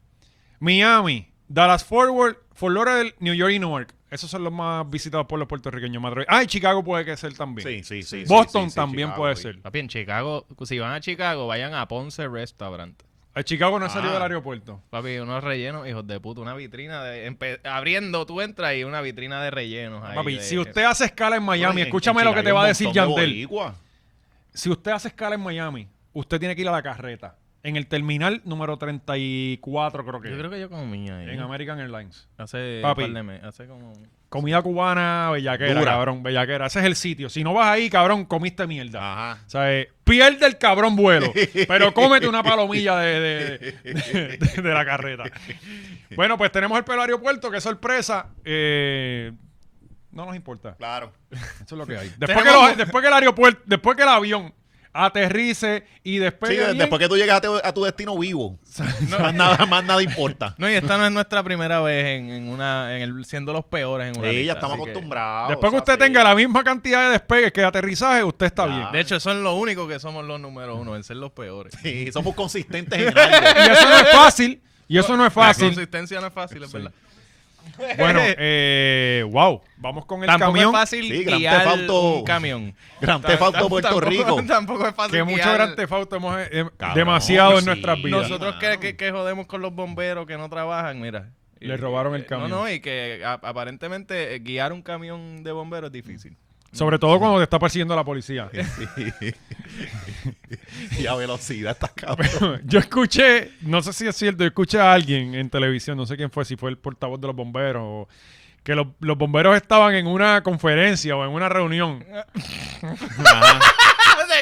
Miami, Dallas Forward, Fort Lauderdale, New York y Newark. Esos son los más visitados por los puertorriqueños. me atrevo- Ah, y Chicago puede que ser también. Sí, sí, sí. Boston sí, sí, sí, también Chicago, puede sí. ser. Papi, en Chicago, si van a Chicago, vayan a Ponce Restaurant. A Chicago no ha salido Ah. del aeropuerto. Papi, unos rellenos, hijos de puta, una vitrina de... empe- abriendo, tú entras y una vitrina de rellenos ahí. Papi, de- si usted hace escala en Miami, Ay, en- escúchame en lo que Chicago te va a hay un decir montón de Yandel. boricua. Si usted hace escala en Miami, usted tiene que ir a la carreta. En el terminal número 34, creo que. Yo creo que yo comía ahí. En American Airlines. Hace Papi. un par de meses, hace como... Comida cubana, bellaquera, Dura. cabrón, bellaquera. Ese es el sitio. Si no vas ahí, cabrón, comiste mierda. Ajá. O sea, eh, pierde el cabrón vuelo, pero cómete una palomilla de, de- de- de- de la carreta. Bueno, pues tenemos el pelo aeropuerto, qué sorpresa. Eh, no nos importa. Claro. Eso es lo que hay. Después, que, Tenemos- los- después que el aeropuerto, después que el avión aterrice y despegue Sí, de- bien, después que tú llegas a tu, a tu destino vivo, más, nada, más nada importa. No, y esta no es nuestra primera vez en, en una, en el- siendo los peores en una Sí, lista, ya estamos así que- acostumbrados. después que Ah, o sea, usted sí. tenga la misma cantidad de despegues que de aterrizaje, usted está Ya. bien. De hecho, son los únicos que somos los número uno, en ser los peores. Sí, somos consistentes en algo. Y eso no es fácil. Y eso no es La fácil. consistencia no es fácil, es verdad. Bueno, eh, wow. Vamos con el Tampoco camión. es fácil Sí, Grand guiar Theft Auto. un camión. Gran Tefauto Puerto Tampoco- Rico. Tampoco es fácil Que mucho guiar- gran tefauto hemos eh, Cabrón, demasiado en sí. nuestras vidas. Nosotros Sí, que, mano. que, que jodemos con los bomberos que no trabajan, mira. Le robaron el eh, camión. No, no, y que a- aparentemente eh, guiar un camión de bomberos es difícil. Sobre todo cuando te está persiguiendo la policía. y a velocidad está cabrón. Yo escuché, no sé si es cierto, yo escuché a alguien en televisión, no sé quién fue, si fue el portavoz de los bomberos, o- que los, los bomberos estaban en una conferencia o en una reunión. ¿De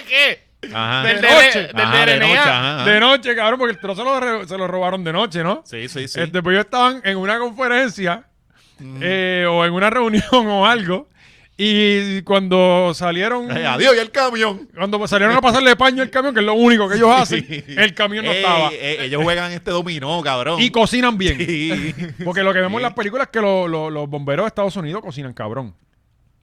qué? Ajá. Del de- noche. del Ajá, Ah, de RNA. noche, ajá, ajá. De noche, cabrón, porque el trozo lo re- se lo robaron de noche, ¿no? Sí, sí, sí. Este, pues yo estaban en una conferencia eh, o en una reunión o algo. Y cuando salieron. Ay, Eh, adiós, y el camión. Cuando salieron a pasarle paño al camión, que es lo único que ellos hacen, el camión no Ey, estaba. eh, ey, ellos juegan este dominó, cabrón. Y cocinan bien. Sí. Porque lo que vemos en las películas es que lo- lo- los bomberos de Estados Unidos cocinan cabrón.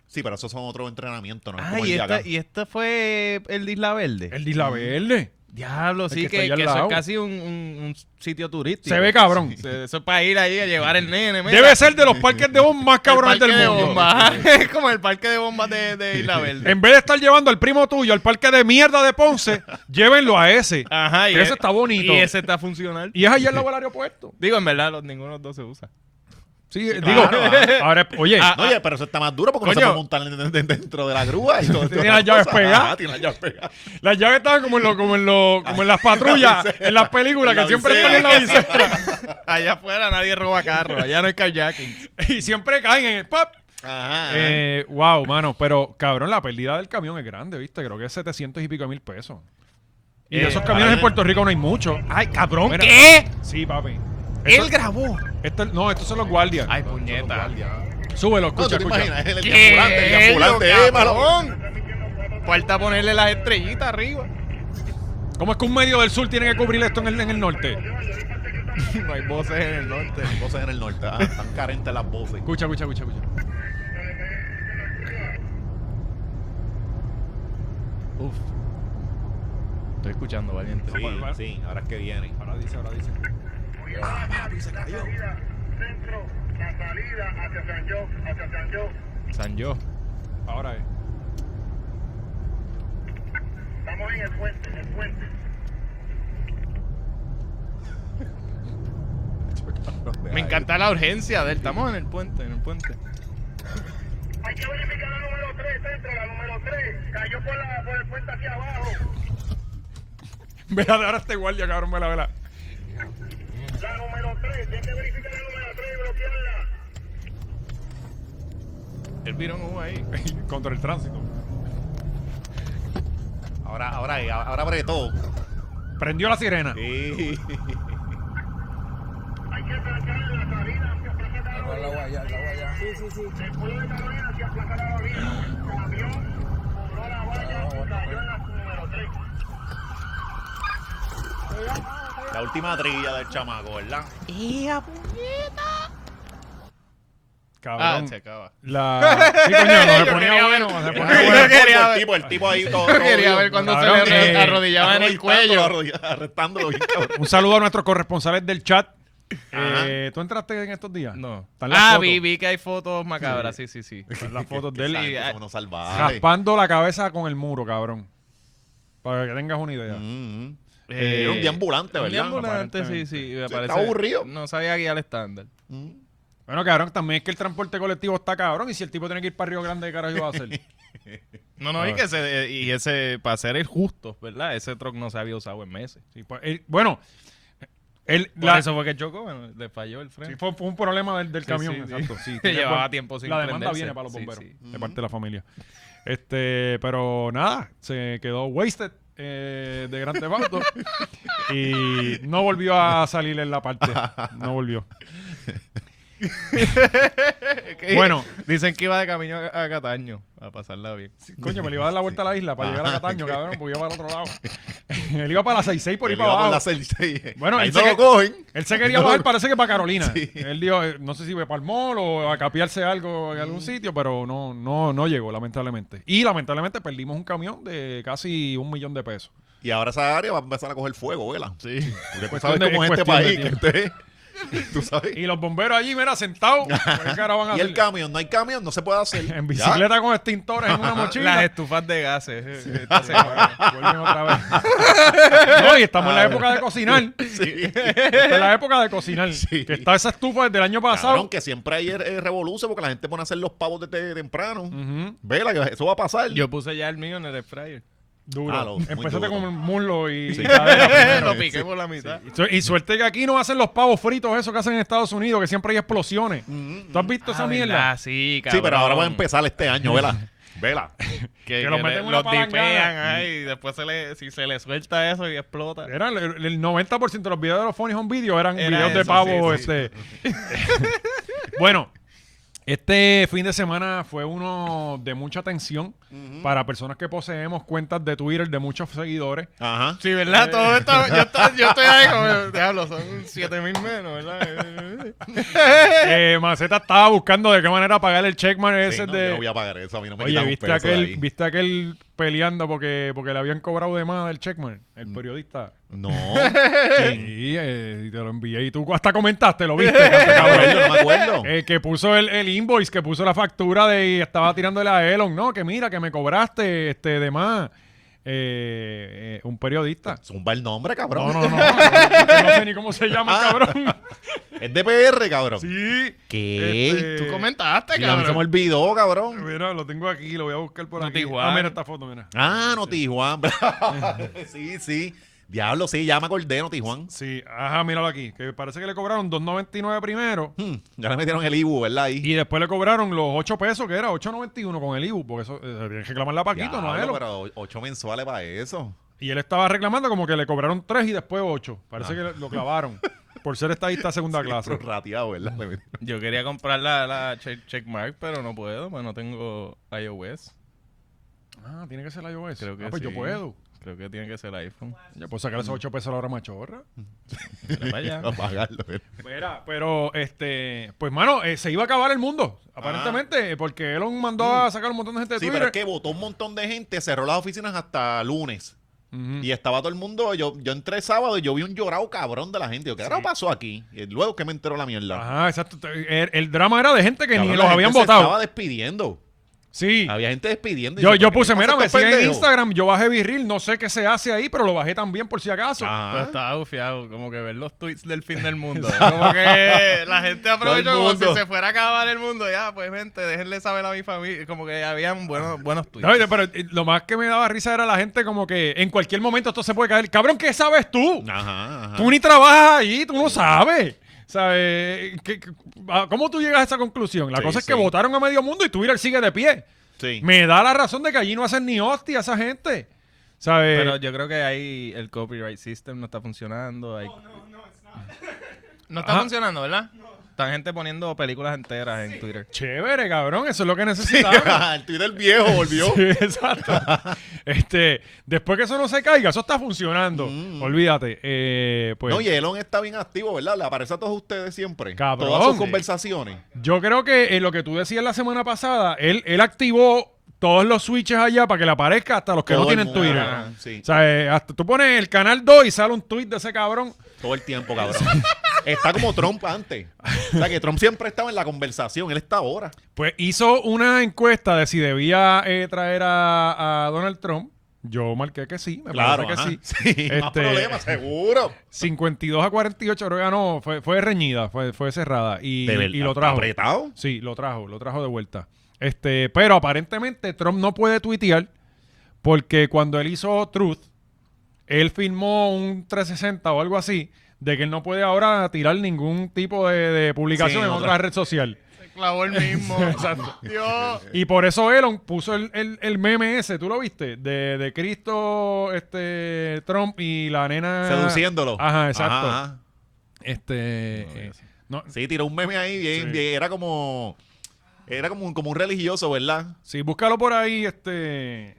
Sí, pero esos son otros entrenamientos, ¿no? Es Ah, como el y de este, esta, acá. y esta fue el de Isla Verde. El de Isla Verde. Diablo, sí, que está que, allá al que eso lado. es casi un, un- un sitio turístico. Se ve cabrón. Se- Eso es para ir ahí a llevar el nene. mira. Debe ser de los parques de bombas más El cabrones del parque de mundo. bombas. Es como el parque de bombas de, de Isla Verde. En vez de estar llevando al primo tuyo al parque de mierda de Ponce, llévenlo a ese. Ajá, Que ese está bonito. eh, Y ese está funcional. Y es allá al lado del aeropuerto. Digo, en verdad, los, ninguno de los dos se usa. Sí, digo, claro, ajá. ahora, oye, Ah, No, oye, pero eso está más duro porque no se Coño. puede montar en- en- en- dentro de la grúa y todo. Tiene las llaves pegadas. Tiene las llaves pegadas. las llaves estaban como en, lo, como en, lo, como en las patrullas, en las películas, En la que siempre visera. están en la visera. Allá afuera nadie roba carro. Allá no hay carjacking. y siempre caen en el pop. Ajá. ajá. Eh, wow, mano, pero cabrón, la pérdida del camión es grande, ¿viste? Creo que es 700 y pico mil pesos. Y de Eh, esos camiones ah. en Puerto Rico no hay mucho. Ay, cabrón, Mira. ¿qué? Sí, papi. Él Esto- grabó. esto- no, estos son los guardias. Ay, puñeta. Súbelo, no, escucha, ¿tú te escucha. imaginas? El ¿Qué? deambulante, el deambulante. eh, malo. cabrón. Falta ponerle las estrellitas arriba. ¿Cómo es que un medio del sur tiene que cubrir esto en el, en el norte? No hay voces en el norte. Las voces en el norte. Ah, están carentes las voces. Escucha, escucha, escucha, escucha. Uf. Estoy escuchando, valiente. Sí, sí, ahora es que vienen. Ahora dice, ahora dice. centro, la salida hacia San Yo, hacia San Yo, San yo. Ahora es. estamos en el puente, en el puente. Me encanta la urgencia de él. Estamos en el puente, en el puente. Hay que verificar la número 3, centro, la número 3, cayó por, la, por el puente hacia abajo. Vela, ahora este guardia, cabrón, vela, vela. La número 3, tiene que verificar la número 3 y bloquearla. El virón hubo ahí. Contra el tránsito. Ahora, ahora, eh, ahora abre todo. Prendió la sirena. Sí. Hay que trancar la salida hacia Plaza Carolina. La guaya, la guaya. Sí, sí, sí. Del pueblo de Carolina hacia Plaza Carolina. Camión, cobró la valla y cayó en la número 3. La última trilla del chamaco, ¿verdad? Cabrón. Ah, acaba. la... Sí, coño, no se Yo ponía quería bueno, ver- no se yo ponía el, bueno. tipo, quería el tipo, el tipo ahí todo. Yo quería ver cuando se le Cabrón, arro- eh, arrodillaba en el cuello. Arrestándolo bien, cabrón. Un saludo a nuestros corresponsales del chat. Ajá. Eh, ¿Tú entraste en estos días? No. Están las Ah, fotos. vi, vi que hay fotos macabras. Sí, sí, sí. Están las fotos de él. eh, Sí, Exacto, ah, son unos salvajes. Raspando la cabeza con el muro, cabrón. Para que tengas una idea. Mm, mm. Eh, Era un deambulante, Un ¿verdad? deambulante, sí, sí. me Sí, está parece- aburrido. No sabía guiar el estándar. Mm. Bueno, cabrón, también es que el transporte colectivo está cabrón. Y si el tipo tiene que ir para Río Grande, ¿qué carajo va a hacer? No, no, Ah. y que ese, y ese, para ser el justo, ¿verdad? Ese truck no se había usado en meses. Sí, pues, él- bueno, él, Por la- eso fue que chocó, bueno, le falló el freno. sí, fue, fue un problema del, del Sí, camión. sí, sí. exacto, sí, Que tiene llevaba cual- tiempo sin La demanda prenderse. viene para los Sí, bomberos, sí. de parte de la familia. Este, pero nada, se quedó wasted eh, de Gran Theft Auto y no volvió a salir en la parte. No volvió. Bueno. dicen que iba de camino a, a Cataño a pasarla bien. Coño, me le iba a dar la vuelta a la isla para Ah. Ajá, llegar a Cataño, que- cabrón, porque iba para el otro lado. Él iba para la 66 por Él ahí iba para abajo. por la 66. Bueno, ahí él no se lo que- cogen. Él se quería No. bajar, parece que para Carolina. Sí. Él dijo, eh, no sé si fue para el mall o a capiarse algo en Mm. algún sitio, pero no, no, no llegó, lamentablemente. Y lamentablemente perdimos un camión de casi un millón de pesos. Y ahora esa área va a empezar a coger fuego, ¿verdad? Sí. Porque tú Cuestión sabes de- cómo es es este cuestión de país. Que usted- tú sabes. Y los bomberos allí, mira, sentados. ¿qué cara van a Y el hacer? camión, no hay camión, no se puede hacer. En Ya. bicicleta con extintores en una Las mochila. estufas de gases. eh, esta semana. Vuelven otra vez. No, y estamos en Ah, la época de cocinar. Sí. Esta es la época de cocinar. Sí. Que está esa estufa desde el año pasado. Cabrón, que siempre hay eh, revolución porque la gente pone a hacer los pavos desde temprano. Ujú. Vela, que eso va a pasar. Yo puse ya el mío en el air fryer. Duro. Ah, lo- muy Empezaste duro. con el muslo y, y cadera primero. Eh, Lo piqué por la mitad. Y su- Y suerte que aquí no hacen los pavos fritos, eso que hacen en Estados Unidos, Mm, que siempre hay explosiones. ¿Tú has visto esa Ah, mierda? verdad, Sí, sí, cabrón. pero ahora va a empezar este año, ¿verdad? Vela. Que Que, los que meten le- en una mm. los palangana. dipean ahí y después se le, si se le suelta eso y explota. Era el, el 90% de los videos de los funny home video eran Era videos de eso, pavo. sí, sí. este. bueno, este fin de semana fue uno de mucha tensión para personas que poseemos cuentas de Twitter de muchos seguidores. Ajá. Sí, ¿verdad? Todo esto, yo, estoy- yo estoy ahí como, diablo, son 7000 menos, ¿verdad? Eh, Maceta estaba buscando de qué manera pagar el checkman Sí, ese no, de. Yo voy a pagar eso. A mí no me Oye, quitan un ¿viste peso de aquel, ahí. ¿viste aquel peleando porque, porque le habían cobrado de más el checkman? Mm. El periodista. No. ¿Quién? Sí, eh, y te lo envié y tú hasta comentaste, lo viste. Cabrón, cabrón. yo no me acuerdo. Eh, que puso el, el invoice, que puso la factura de y estaba tirándole a Elon, ¿no? Que mira, que me cobraste este de más. Eh, eh, un periodista. Zumba el nombre, No, cabrón. no, no. No sé ni cómo se llama, Ah. cabrón. Es de PR, cabrón. Sí. ¿Qué? Este, Tú comentaste, Sí, a mí se me cabrón. olvidó, cabrón. Mira, lo tengo aquí, lo voy a buscar por No aquí. te igual. Ah, mira esta foto, mira. Ah, no, Tijuán. sí, sí. Diablo, sí, ya me acordé, no, Tijuán. Sí, ajá, míralo aquí. Que parece que le cobraron 2.99 primero. Hmm, ya le metieron el IBU, ¿verdad? Ahí. Y después le cobraron los 8 pesos, que era 8.91 con el IBU, porque eso eh, tienen que reclamarle a Paquito, no a Diablo, Elon. pero o- ocho mensuales para eso. Y él estaba reclamando como que le cobraron 3 y después 8. Parece que lo clavaron por ser estadista segunda clase. Ah. Pero rateado, ¿verdad? Le metieron- Yo quería comprar la, la check- checkmark, pero no puedo, pues no tengo iOS. Ah, tiene que ser la iOS. Creo que ah, pues yo sí. puedo. Creo que tiene que ser iPhone. Yo puedo sacar Mm. esos 8 pesos a la hora machorra. Mira para allá. Para pagarlo, ¿verdad? Mira, pero este, pues mano, eh, se iba a acabar el mundo, aparentemente, porque Elon mandó a sacar un montón de gente de Ah. Mm. Sí, pero Twitter. es que votó un montón de gente, cerró las oficinas hasta lunes. Ujú. Y estaba todo el mundo, yo, yo entré sábado y yo vi un llorado cabrón de la gente. Yo, ¿qué carajo pasó aquí? Y luego que me enteró la mierda. Ajá, exacto. El, el drama era de gente que Cabrón, ni la los gente habían se votado. Estaba despidiendo. Sí. Había gente despidiendo. y Yo, dice, yo ¿por qué puse, pasa mira, me estos decía en pendejos? Instagram, yo bajé Virril, no sé qué se hace ahí, pero lo bajé también por si acaso. Pero Ajá. estaba bufiado, como que ver los tweets del fin del mundo. como que la gente aprovechó Todo como el si mundo. se fuera a acabar el mundo. Ya, pues gente, déjenle saber a mi familia. Como que habían buenos, buenos tweets. No, pero eh, lo más que me daba risa era la gente como que en cualquier momento esto se puede caer. Cabrón, ¿qué sabes tú? Ajá, ajá. Tú ni trabajas allí, tú no sabes. ¿Sabes? ¿Qué- qué- a- ¿Cómo tú llegas a esa conclusión? La Sí, cosa es sí. que votaron a medio mundo y Twitter sigue de pie. Sí. Me da la razón de que allí no hacen ni hostia esa gente. ¿Sabes? Pero yo creo que ahí el copyright system no está funcionando. hay- no está Ajá. funcionando, ¿verdad? Están gente poniendo películas enteras en Twitter. Chévere, cabrón, eso es lo que necesitamos. Ajá, el Twitter viejo volvió. Sí, exacto. este, después que eso no se caiga, eso está funcionando. Olvídate. Eh, pues, Mm. No, y Elon está bien activo, ¿verdad? Le aparece a todos ustedes siempre. Cabrón. Todas sus Sí. conversaciones. yo creo que eh, lo que tú decías la semana pasada, él, él activó todos los switches allá para que le aparezca hasta los que Todo no el tienen mundo. Twitter. Ajá, sí. O sea, eh, hasta tú pones el canal 2 y sale un tweet de ese cabrón. Todo el tiempo, cabrón. está como Trump antes. O sea, que Trump siempre estaba en la conversación. Él está ahora. Pues hizo una encuesta de si debía eh, traer a, a Donald Trump. Yo marqué que sí, me Claro. parece ajá. que sí. Más Este, problemas, seguro. 52 a 48, creo que ganó. Fue, fue reñida, fue, fue cerrada. Y, De verdad, y lo trajo. apretado. Sí, lo trajo, lo trajo de vuelta. Este, pero aparentemente Trump no puede tuitear porque cuando él hizo Truth, él firmó un 360 o algo así de que él no puede ahora tirar ningún tipo de, de publicación Sí, en otra. otra red social. Se clavó el mismo. Exacto. Dios. Y por eso Elon puso el, el, el meme ese, ¿tú lo viste? De, de Cristo, este, Trump y la nena... Seduciéndolo. Ah, Ajá, exacto. Ajá, ajá. Este... eh, no, Sí, tiró un meme ahí bien, Sí. bien- Era como. Era como, un- como un religioso, ¿verdad? sí, búscalo por ahí, este...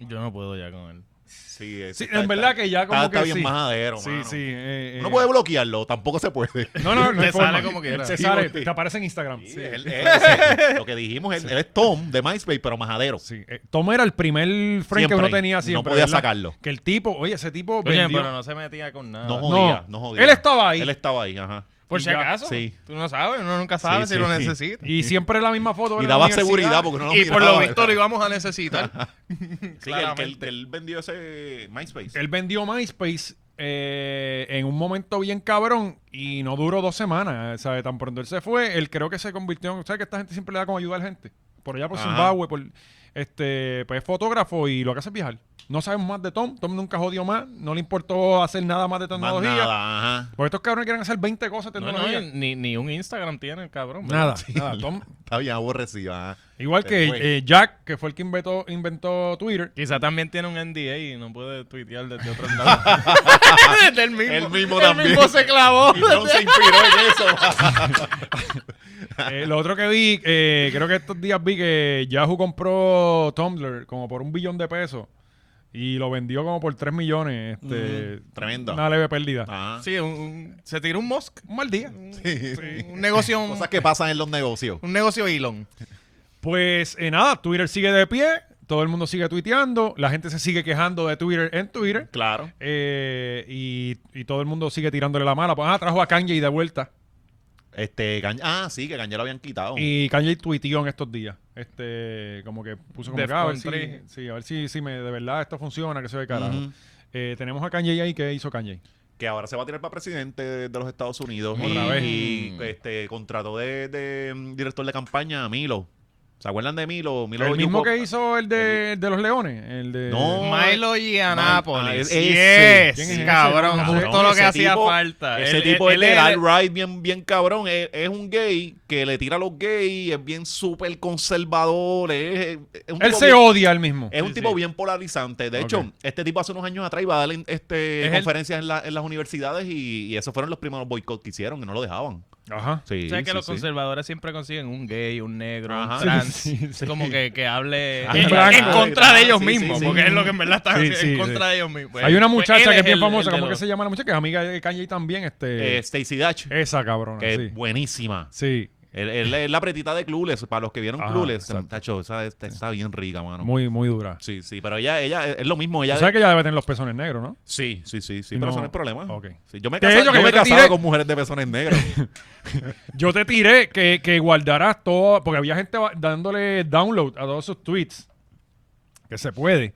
Yo no puedo ya con él. Sí, eh, Sí, está- en verdad está- que ya como está, está que bien sí. majadero, Sí, mano. sí. eh, eh. Uno puede bloquearlo, tampoco se puede. No, no, no Te hay forma. sale como quiera. Te sale, Sí, te aparece en Instagram. Sí. Él- él- ese- lo que dijimos, él, él es Tom de MySpace, pero majadero. eh, Tom era el primer friend que Siempre. uno tenía No siempre. podía ¿verdad? sacarlo. Que el tipo, oye, ese tipo Oye, vendió. pero no se metía con nada. No No, jodía, no, jodía. él estaba ahí. Él estaba ahí, ajá. Por Y si ya. acaso. Sí. Tú no sabes, uno nunca sabe Sí, si sí, lo sí. necesita. Y siempre la misma foto. Y en la daba universidad. seguridad porque no lo Y por miraba. lo visto lo íbamos a necesitar. Sí, que él, que él- claramente. que él vendió ese MySpace. Él vendió MySpace eh, en un momento bien cabrón y no duró dos semanas. ¿sabes? Tan pronto él se fue, él creo que se convirtió en. ¿Sabes que esta gente siempre le da como ayudar gente? Por allá por Ajá. Zimbabue. Por, este, pues es fotógrafo y lo que hace es viajar. No sabemos más de Tom, Tom nunca jodió más, no le importó hacer nada más de Más tecnología. nada, ajá. Porque estos cabrones quieren hacer 20 cosas de No, tecnología. no, ni, ni un Instagram tiene el cabrón. ¿verdad? Nada, nada. Tom- Está bien aborrecido, ajá. igual que eh, Jack, que fue el que inventó, inventó Twitter. Quizá también tiene un NDA y no puede tuitear desde otro lado. Desde el mismo. Él mismo también. mismo se clavó. Y Trump se inspiró en eso. Eh, lo otro que vi, eh, creo que estos días vi que Yahoo compró Tumblr como por un billón de pesos y lo vendió como por 3 millones. Este, Tremendo. Ah. Una leve pérdida. Ajá. Sí, un- un- se tiró un Musk. Un mal día. Un negocio. Un, Cosas que pasan en los negocios. un negocio Elon. Pues eh, nada, Twitter sigue de pie, todo el mundo sigue tuiteando, la gente se sigue quejando de Twitter en Twitter Claro. eh, y, y todo el mundo sigue tirándole la mala. Pues, ah, trajo a Kanye de vuelta. Este, Gan- ah, sí, que Kanye lo habían quitado. Y Kanye tuiteó en estos días. Este, como que puso como Defcon que, ah, a ver si, 3. sí, a ver si, si me, de verdad esto funciona, que se ve carajo. Ujú. Eh, tenemos a Kanye ahí, ¿qué hizo Kanye? que ahora se va a tirar para presidente de, de los Estados Unidos. Otra y, vez. y, este, contrató de, de, mm, director de campaña a Milo. ¿Se acuerdan de Milo? Milo el mismo Yuko- que hizo el de, el de los leones, el de... No. Milo Ah, Giannapoli. es- Yes, ese. ¿Quién es ese? cabrón. Cabrón, Justo lo ese que hacía tipo- falta. Ese Él- tipo él- es de él era- alt-right bien, bien cabrón. Es, es un gay que le tira a los gays, es bien súper conservador. Es, es un Él tipo se bien- odia él mismo. Es un Sí, tipo sí. bien polarizante. De hecho, Ok. este tipo hace unos años atrás iba a dar en- este, Es el- conferencias en, la- en las universidades y, y esos fueron los primeros boicots que hicieron, que no lo dejaban. Ajá. Sí, O sea, que sí, los sí. conservadores siempre consiguen un gay, un negro, Ajá. un trans, Sí, sí, sí. como que, que hable Ah, en, blanco. en contra de ellos Sí, sí, mismos, sí. porque es lo que en verdad están Sí, haciendo, sí, en contra sí. de ellos mismos. Pues, Hay una pues, muchacha él que es bien el- famosa, el de como que los- se llama la muchacha, que es amiga de Kanye también, este... Eh, Stacy Dash, esa cabrona, que sí. es buenísima. Sí, Es la pretita de Clueless, para los que vieron Ajá, Clueless. exacto. Tacho, esa esta está bien rica, mano. muy, muy dura. Sí, sí, pero ella, ella es lo mismo. Ella Tú sabes que ella debe tener los pezones negros, ¿no? Sí, sí, sí, sí, No. pero eso no es problema. Ok. Sí, yo me he De casado, hecho, que yo yo me he te casado tiré- con mujeres de pezones negros. Yo te tiré que, que guardaras todo, porque había gente va- dándole download a todos sus tweets, que se puede,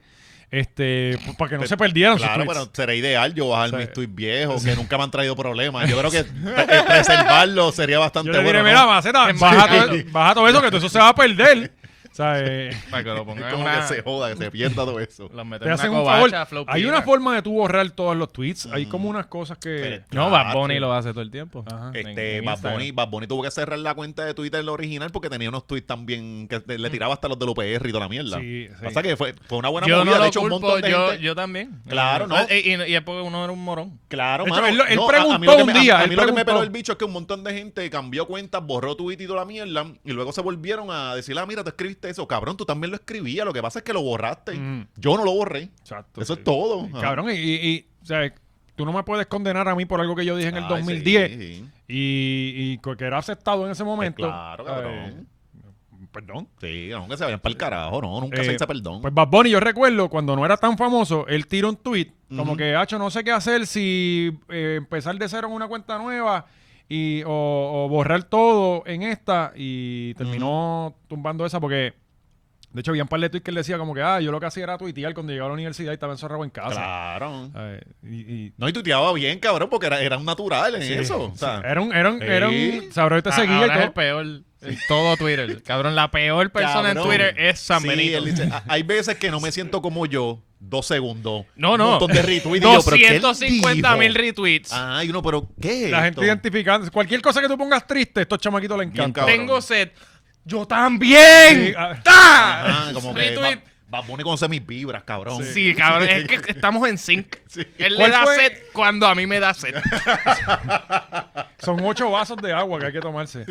este, pues, para que no Pero- se perdieran claro, sus tweets. pero será ideal yo bajar O sea, mis tweets viejos que nunca me han traído problemas. Yo creo que pre- preservarlo sería bastante Yo le diré, bueno. mira, ¿no? Maceta, Es baja, bacano. todo, baja todo eso, que todo eso se va a perder. O sea, eh, Para que lo pongan en Como una... que se joda, que se pierda todo eso. Los meten te en hacen una un covacha, favor. flow Hay pira. una forma de tú borrar todos los tweets. Hay Mm. como unas cosas que... No, Bad Bunny Claro. lo hace todo el tiempo. Ajá. En- Este, en Bad, Instagram. Bunny, Bad Bunny tuvo que cerrar la cuenta de Twitter la original porque tenía unos tweets también que te- le tiraba hasta los del UPR y toda la mierda. Mm. Sí, sí. Pasa que fue, fue una buena Yo movida. no de lo hecho, un culpo, montón de yo, gente- yo también. Claro, no. Y, eh, y- y es porque uno era un morón. Claro, De hecho, mano. él lo- él a- a mí preguntó lo que un me- a- día, A, él mí lo que me preguntó. peló el bicho es que un montón de gente cambió cuentas, borró tweet y toda la mierda. Y luego se volvieron a decir, ah, mira, tú escribiste eso. Cabrón, tú también lo escribías. Lo que pasa es que lo borraste. Mm. Yo no lo borré. Exacto, eso sí. es todo. Ajá. Cabrón, y, y- y, o sea, tú no me puedes condenar a mí por algo que yo dije en el Ay, 2010 sí, Pues sí. y, y que- que era aceptado en ese momento. Pues claro, cabrón. Eh, perdón. Sí, aunque se vayan para el carajo, no. Nunca Eh, se dice perdón. Pues Bad Bunny, yo recuerdo cuando no era tan famoso, él tiró un tweet como Ujú. que, hacho, no sé qué hacer si eh, empezar de cero en una cuenta nueva y, o, o borrar todo en esta y terminó tumbando esa porque, de hecho, había un par de tweets que él decía como que, ah, yo lo que hacía era tuitear cuando llegaba a la universidad y estaba encerrado en casa. claro. Eh, y- y- No, y tuiteaba bien, cabrón, porque era, era un natural en eso. O sea, era un, era un, Sí. era un, sabrón, te Ah, seguía y ahora es el todo. peor. en todo Twitter. Cabrón, la peor persona Cabrón. en Twitter es San Sí, Benito. él dice, "Ah, hay veces que no me siento como yo, dos segundos. No, Un no. montón de retweets. 250 mil retweets. retweets. Ay, uno, pero ¿qué? es La esto? gente identificando. Cualquier cosa que tú pongas triste, estos chamaquitos le encantan. cabrón. Tengo set. Yo también. Sí, ah. ¡Ta! Ah, como que Retweet. va, va a poner con mis vibras, cabrón. Sí, cabrón, es que estamos en sync. Él le ¿Cuál da fue? set cuando a mí me da set. Son ocho vasos de agua que hay que tomarse.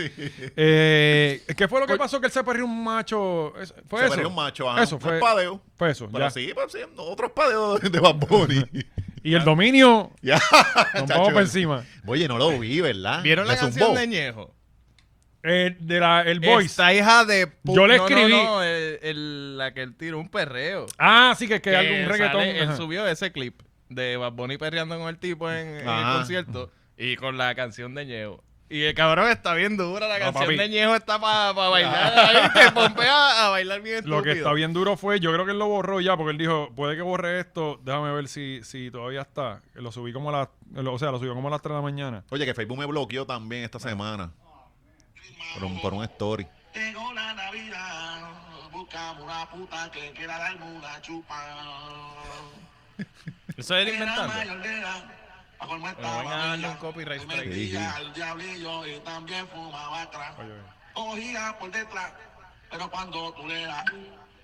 Eh, ¿Qué fue lo que pasó que él se perrió un macho? Es- ¿Fue Pues- Se eso? perdió un macho, ajá. Eso Un fue. padeo. fue eso, Pero ya. sí, pues sí, otros padeos de Bad Bunny. Y el dominio, ya. nos chacho. vamos por encima. Oye, no lo vi, ¿verdad? ¿Vieron la Me zumbó. canción de Ñejo? Eh, de la, el voice. Esta hija de pu- Yo le No, escribí. No, no, el- el- la que él tiró un perreo. Ah, sí, que, que Que algún reggaetón. sale- ajá. él subió ese clip de Bad Bunny perreando con el tipo en, en el Ajá. concierto y con la canción de Ñejo. Y el cabrón está bien dura, la No, canción papi. Ah. de Ñejo está para bailar. Ahí te pompea a bailar bien estúpido. Lo que está bien duro fue, yo creo que él lo borró ya, porque él dijo, puede que borre esto, déjame ver si, si todavía está. Lo subí como a las, lo- o sea, lo subió como a las 3 de la mañana. Oye, que Facebook me bloqueó también esta semana. Por un, por un story. Llegó la Navidad, bu- buscamos una puta que quiera darme una chupa. Eso es inventando. Bueno, Bueno, venga a darle un copyright strike. al diablillo y también fumaba atrás. Cogía por detrás, pero cuando tú le das,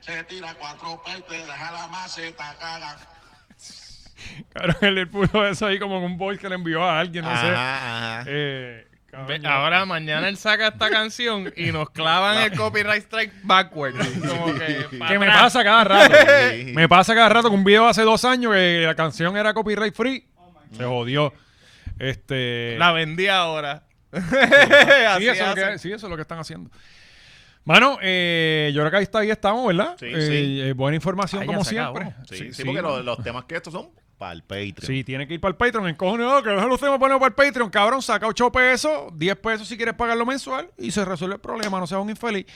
se tira cuatro peites, deja la maceta, caga. Cabrón, él le puso eso ahí como un voice que le envió a alguien, no Ajá, sé. ajá. Eh, Ve, cabrón, yo- ahora mañana él saca esta canción y nos clavan el copyright strike backward. Como que, pa' Que me atrás. pasa cada rato. Sí. me pasa cada rato que un video hace dos años que la canción era copyright free. Mm. se jodió. Este. La vendí ahora. sí, eso Así es lo que, hacen. sí, eso es lo que están haciendo. Mano, eh, yo creo que ahí, está, ahí estamos, ¿verdad? Sí, Eh, sí. eh, buena información, Ah, ya como se acabó. siempre. Sí, sí, porque mano. lo- los temas que estos son para el Patreon. Sí, tiene que ir para el Patreon. Encojones, oh, que dejen los temas ponerlo para el Patreon. Cabrón, saca 8 pesos, 10 pesos si quieres pagarlo mensual y se resuelve el problema. No seas un infeliz.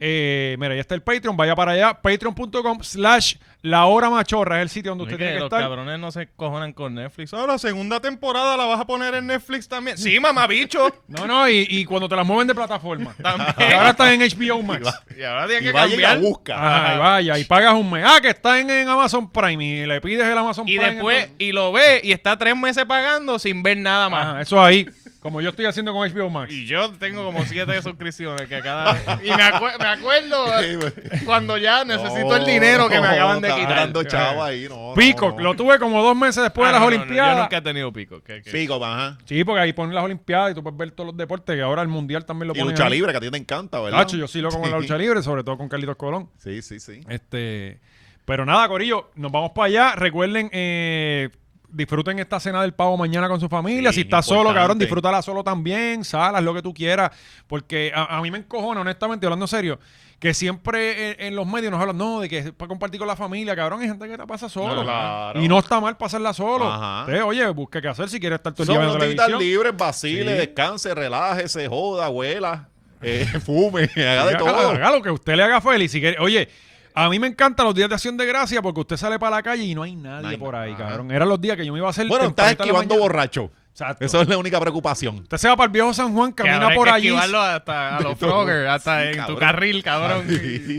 Eh, mira, ya está el Patreon. Vaya para allá. Patreon.com slash la hora machorra. Es el sitio donde Es usted que tiene que los estar. cabrones no se cojonan con Netflix. Ah, la segunda temporada la vas a poner en Netflix también. Sí, mamá, bicho. No, no, y, y cuando te las mueven de plataforma. También. Ahora están en HBO Max. Y ahora tiene Y que vaya y la cambiar. busca. Ay, vaya, y pagas un mes. Ah, que está en, en Amazon Prime y le pides el Amazon Y Prime. después, entonces- y lo ve y está tres meses pagando sin ver nada más. Ajá, eso ahí. Como yo estoy haciendo con HBO Max. Y yo tengo como siete suscripciones que cada Y me, acue- me acuerdo pues. cuando ya necesito el dinero que me acaban de quitar. Dando chavo ahí, no, no, Peacock, no. lo tuve como dos meses después de Ah, las no, no, no, Olimpiadas. yo nunca he tenido pico. que- que- Pico, ajá. Sí, porque ahí ponen las Olimpiadas y tú puedes ver todos los deportes, que ahora el Mundial también lo Y ponen. lucha ahí. libre, que a ti te encanta, ¿verdad? Tacho, yo sí lo como en la lucha libre, sobre todo con Carlitos Colón. Sí, sí, sí. Este, pero nada, Corillo, nos vamos para allá. Recuerden, eh, disfruten esta cena del pavo mañana con su familia. Sí, si estás solo, importante. cabrón, disfrútala solo también, salas, lo que tú quieras. Porque a, a mí me encojona, honestamente, hablando serio, que siempre en, en los medios nos hablan, no, de que es para compartir con la familia, cabrón, hay gente que la pasa solo. Claro. Y no está mal pasarla solo. Ajá. Entonces, oye, busque qué hacer si quieres estar todo el día Son viendo notitas televisión. libres, vacile, Sí. descanse, relájese, joda, huela, eh, fume, haga de Haga- todo. Haga lo que usted le haga feliz. Si quiere- Oye, a mí me encantan los días de acción de gracia porque usted sale para la calle y no hay nadie No hay por ahí, nada. cabrón. Eran los días que yo me iba a hacer. Bueno, estás tempranito en la esquivando mañana. borracho. Exacto. Esa es la única preocupación. Usted se va para el viejo San Juan, que habrá camina por que allí. esquivarlo hasta a los todo. floggers, hasta Sí, en cabrón. tu carril, cabrón.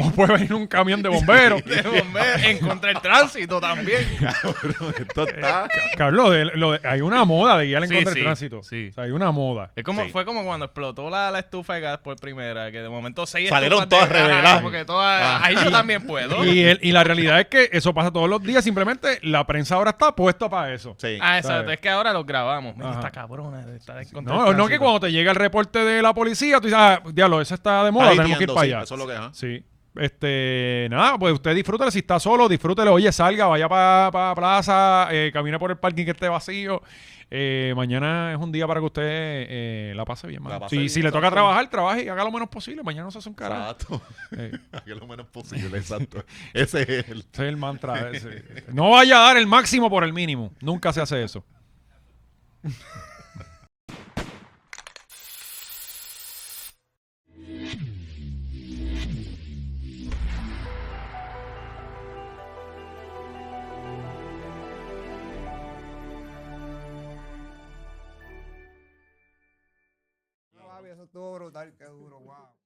O puede venir un camión de bomberos. De bomberos, en contra el tránsito también. Esto está... Carlos, de- lo de- hay una moda de guiar en Sí, contra del sí, tránsito. sí. O sea, hay una moda. Es como, Sí. Fue como cuando explotó la, la estufa de gas por primera, que de momento seis Salieron estufas de todas gas, reveladas. Porque todas, Ah. ah, ahí yo también puedo. Y, el- y la realidad es que eso pasa todos los días. Simplemente la prensa ahora está puesta para eso. Sí. Ah, exacto, ¿sabes? es que ahora los grabamos. Mira, Ajá. esta cabrona está en contra No, del no que tránsito. cuando te llega el reporte de la policía, tú dices, ah, diablo, eso está de moda, Ahí tenemos que ir viendo, para sí, allá. eso es lo que es, ajá. Sí. Este, nada, pues usted disfrútale. Si está solo, disfrútele. Oye, salga, vaya para plaza, eh, camina por el parking que esté vacío. Eh, mañana es un día para que usted eh, la pase bien, mano. La pase si, bien, si le toca exacto. trabajar, trabaje y haga lo menos posible. Mañana no se hace un carajo. Exacto. Eh, Que lo menos posible, exacto. Ese es el... ese es el mantra. ese. No vaya a dar el máximo por el mínimo. Nunca se hace eso. Eso estuvo brutal, qué duro, wow.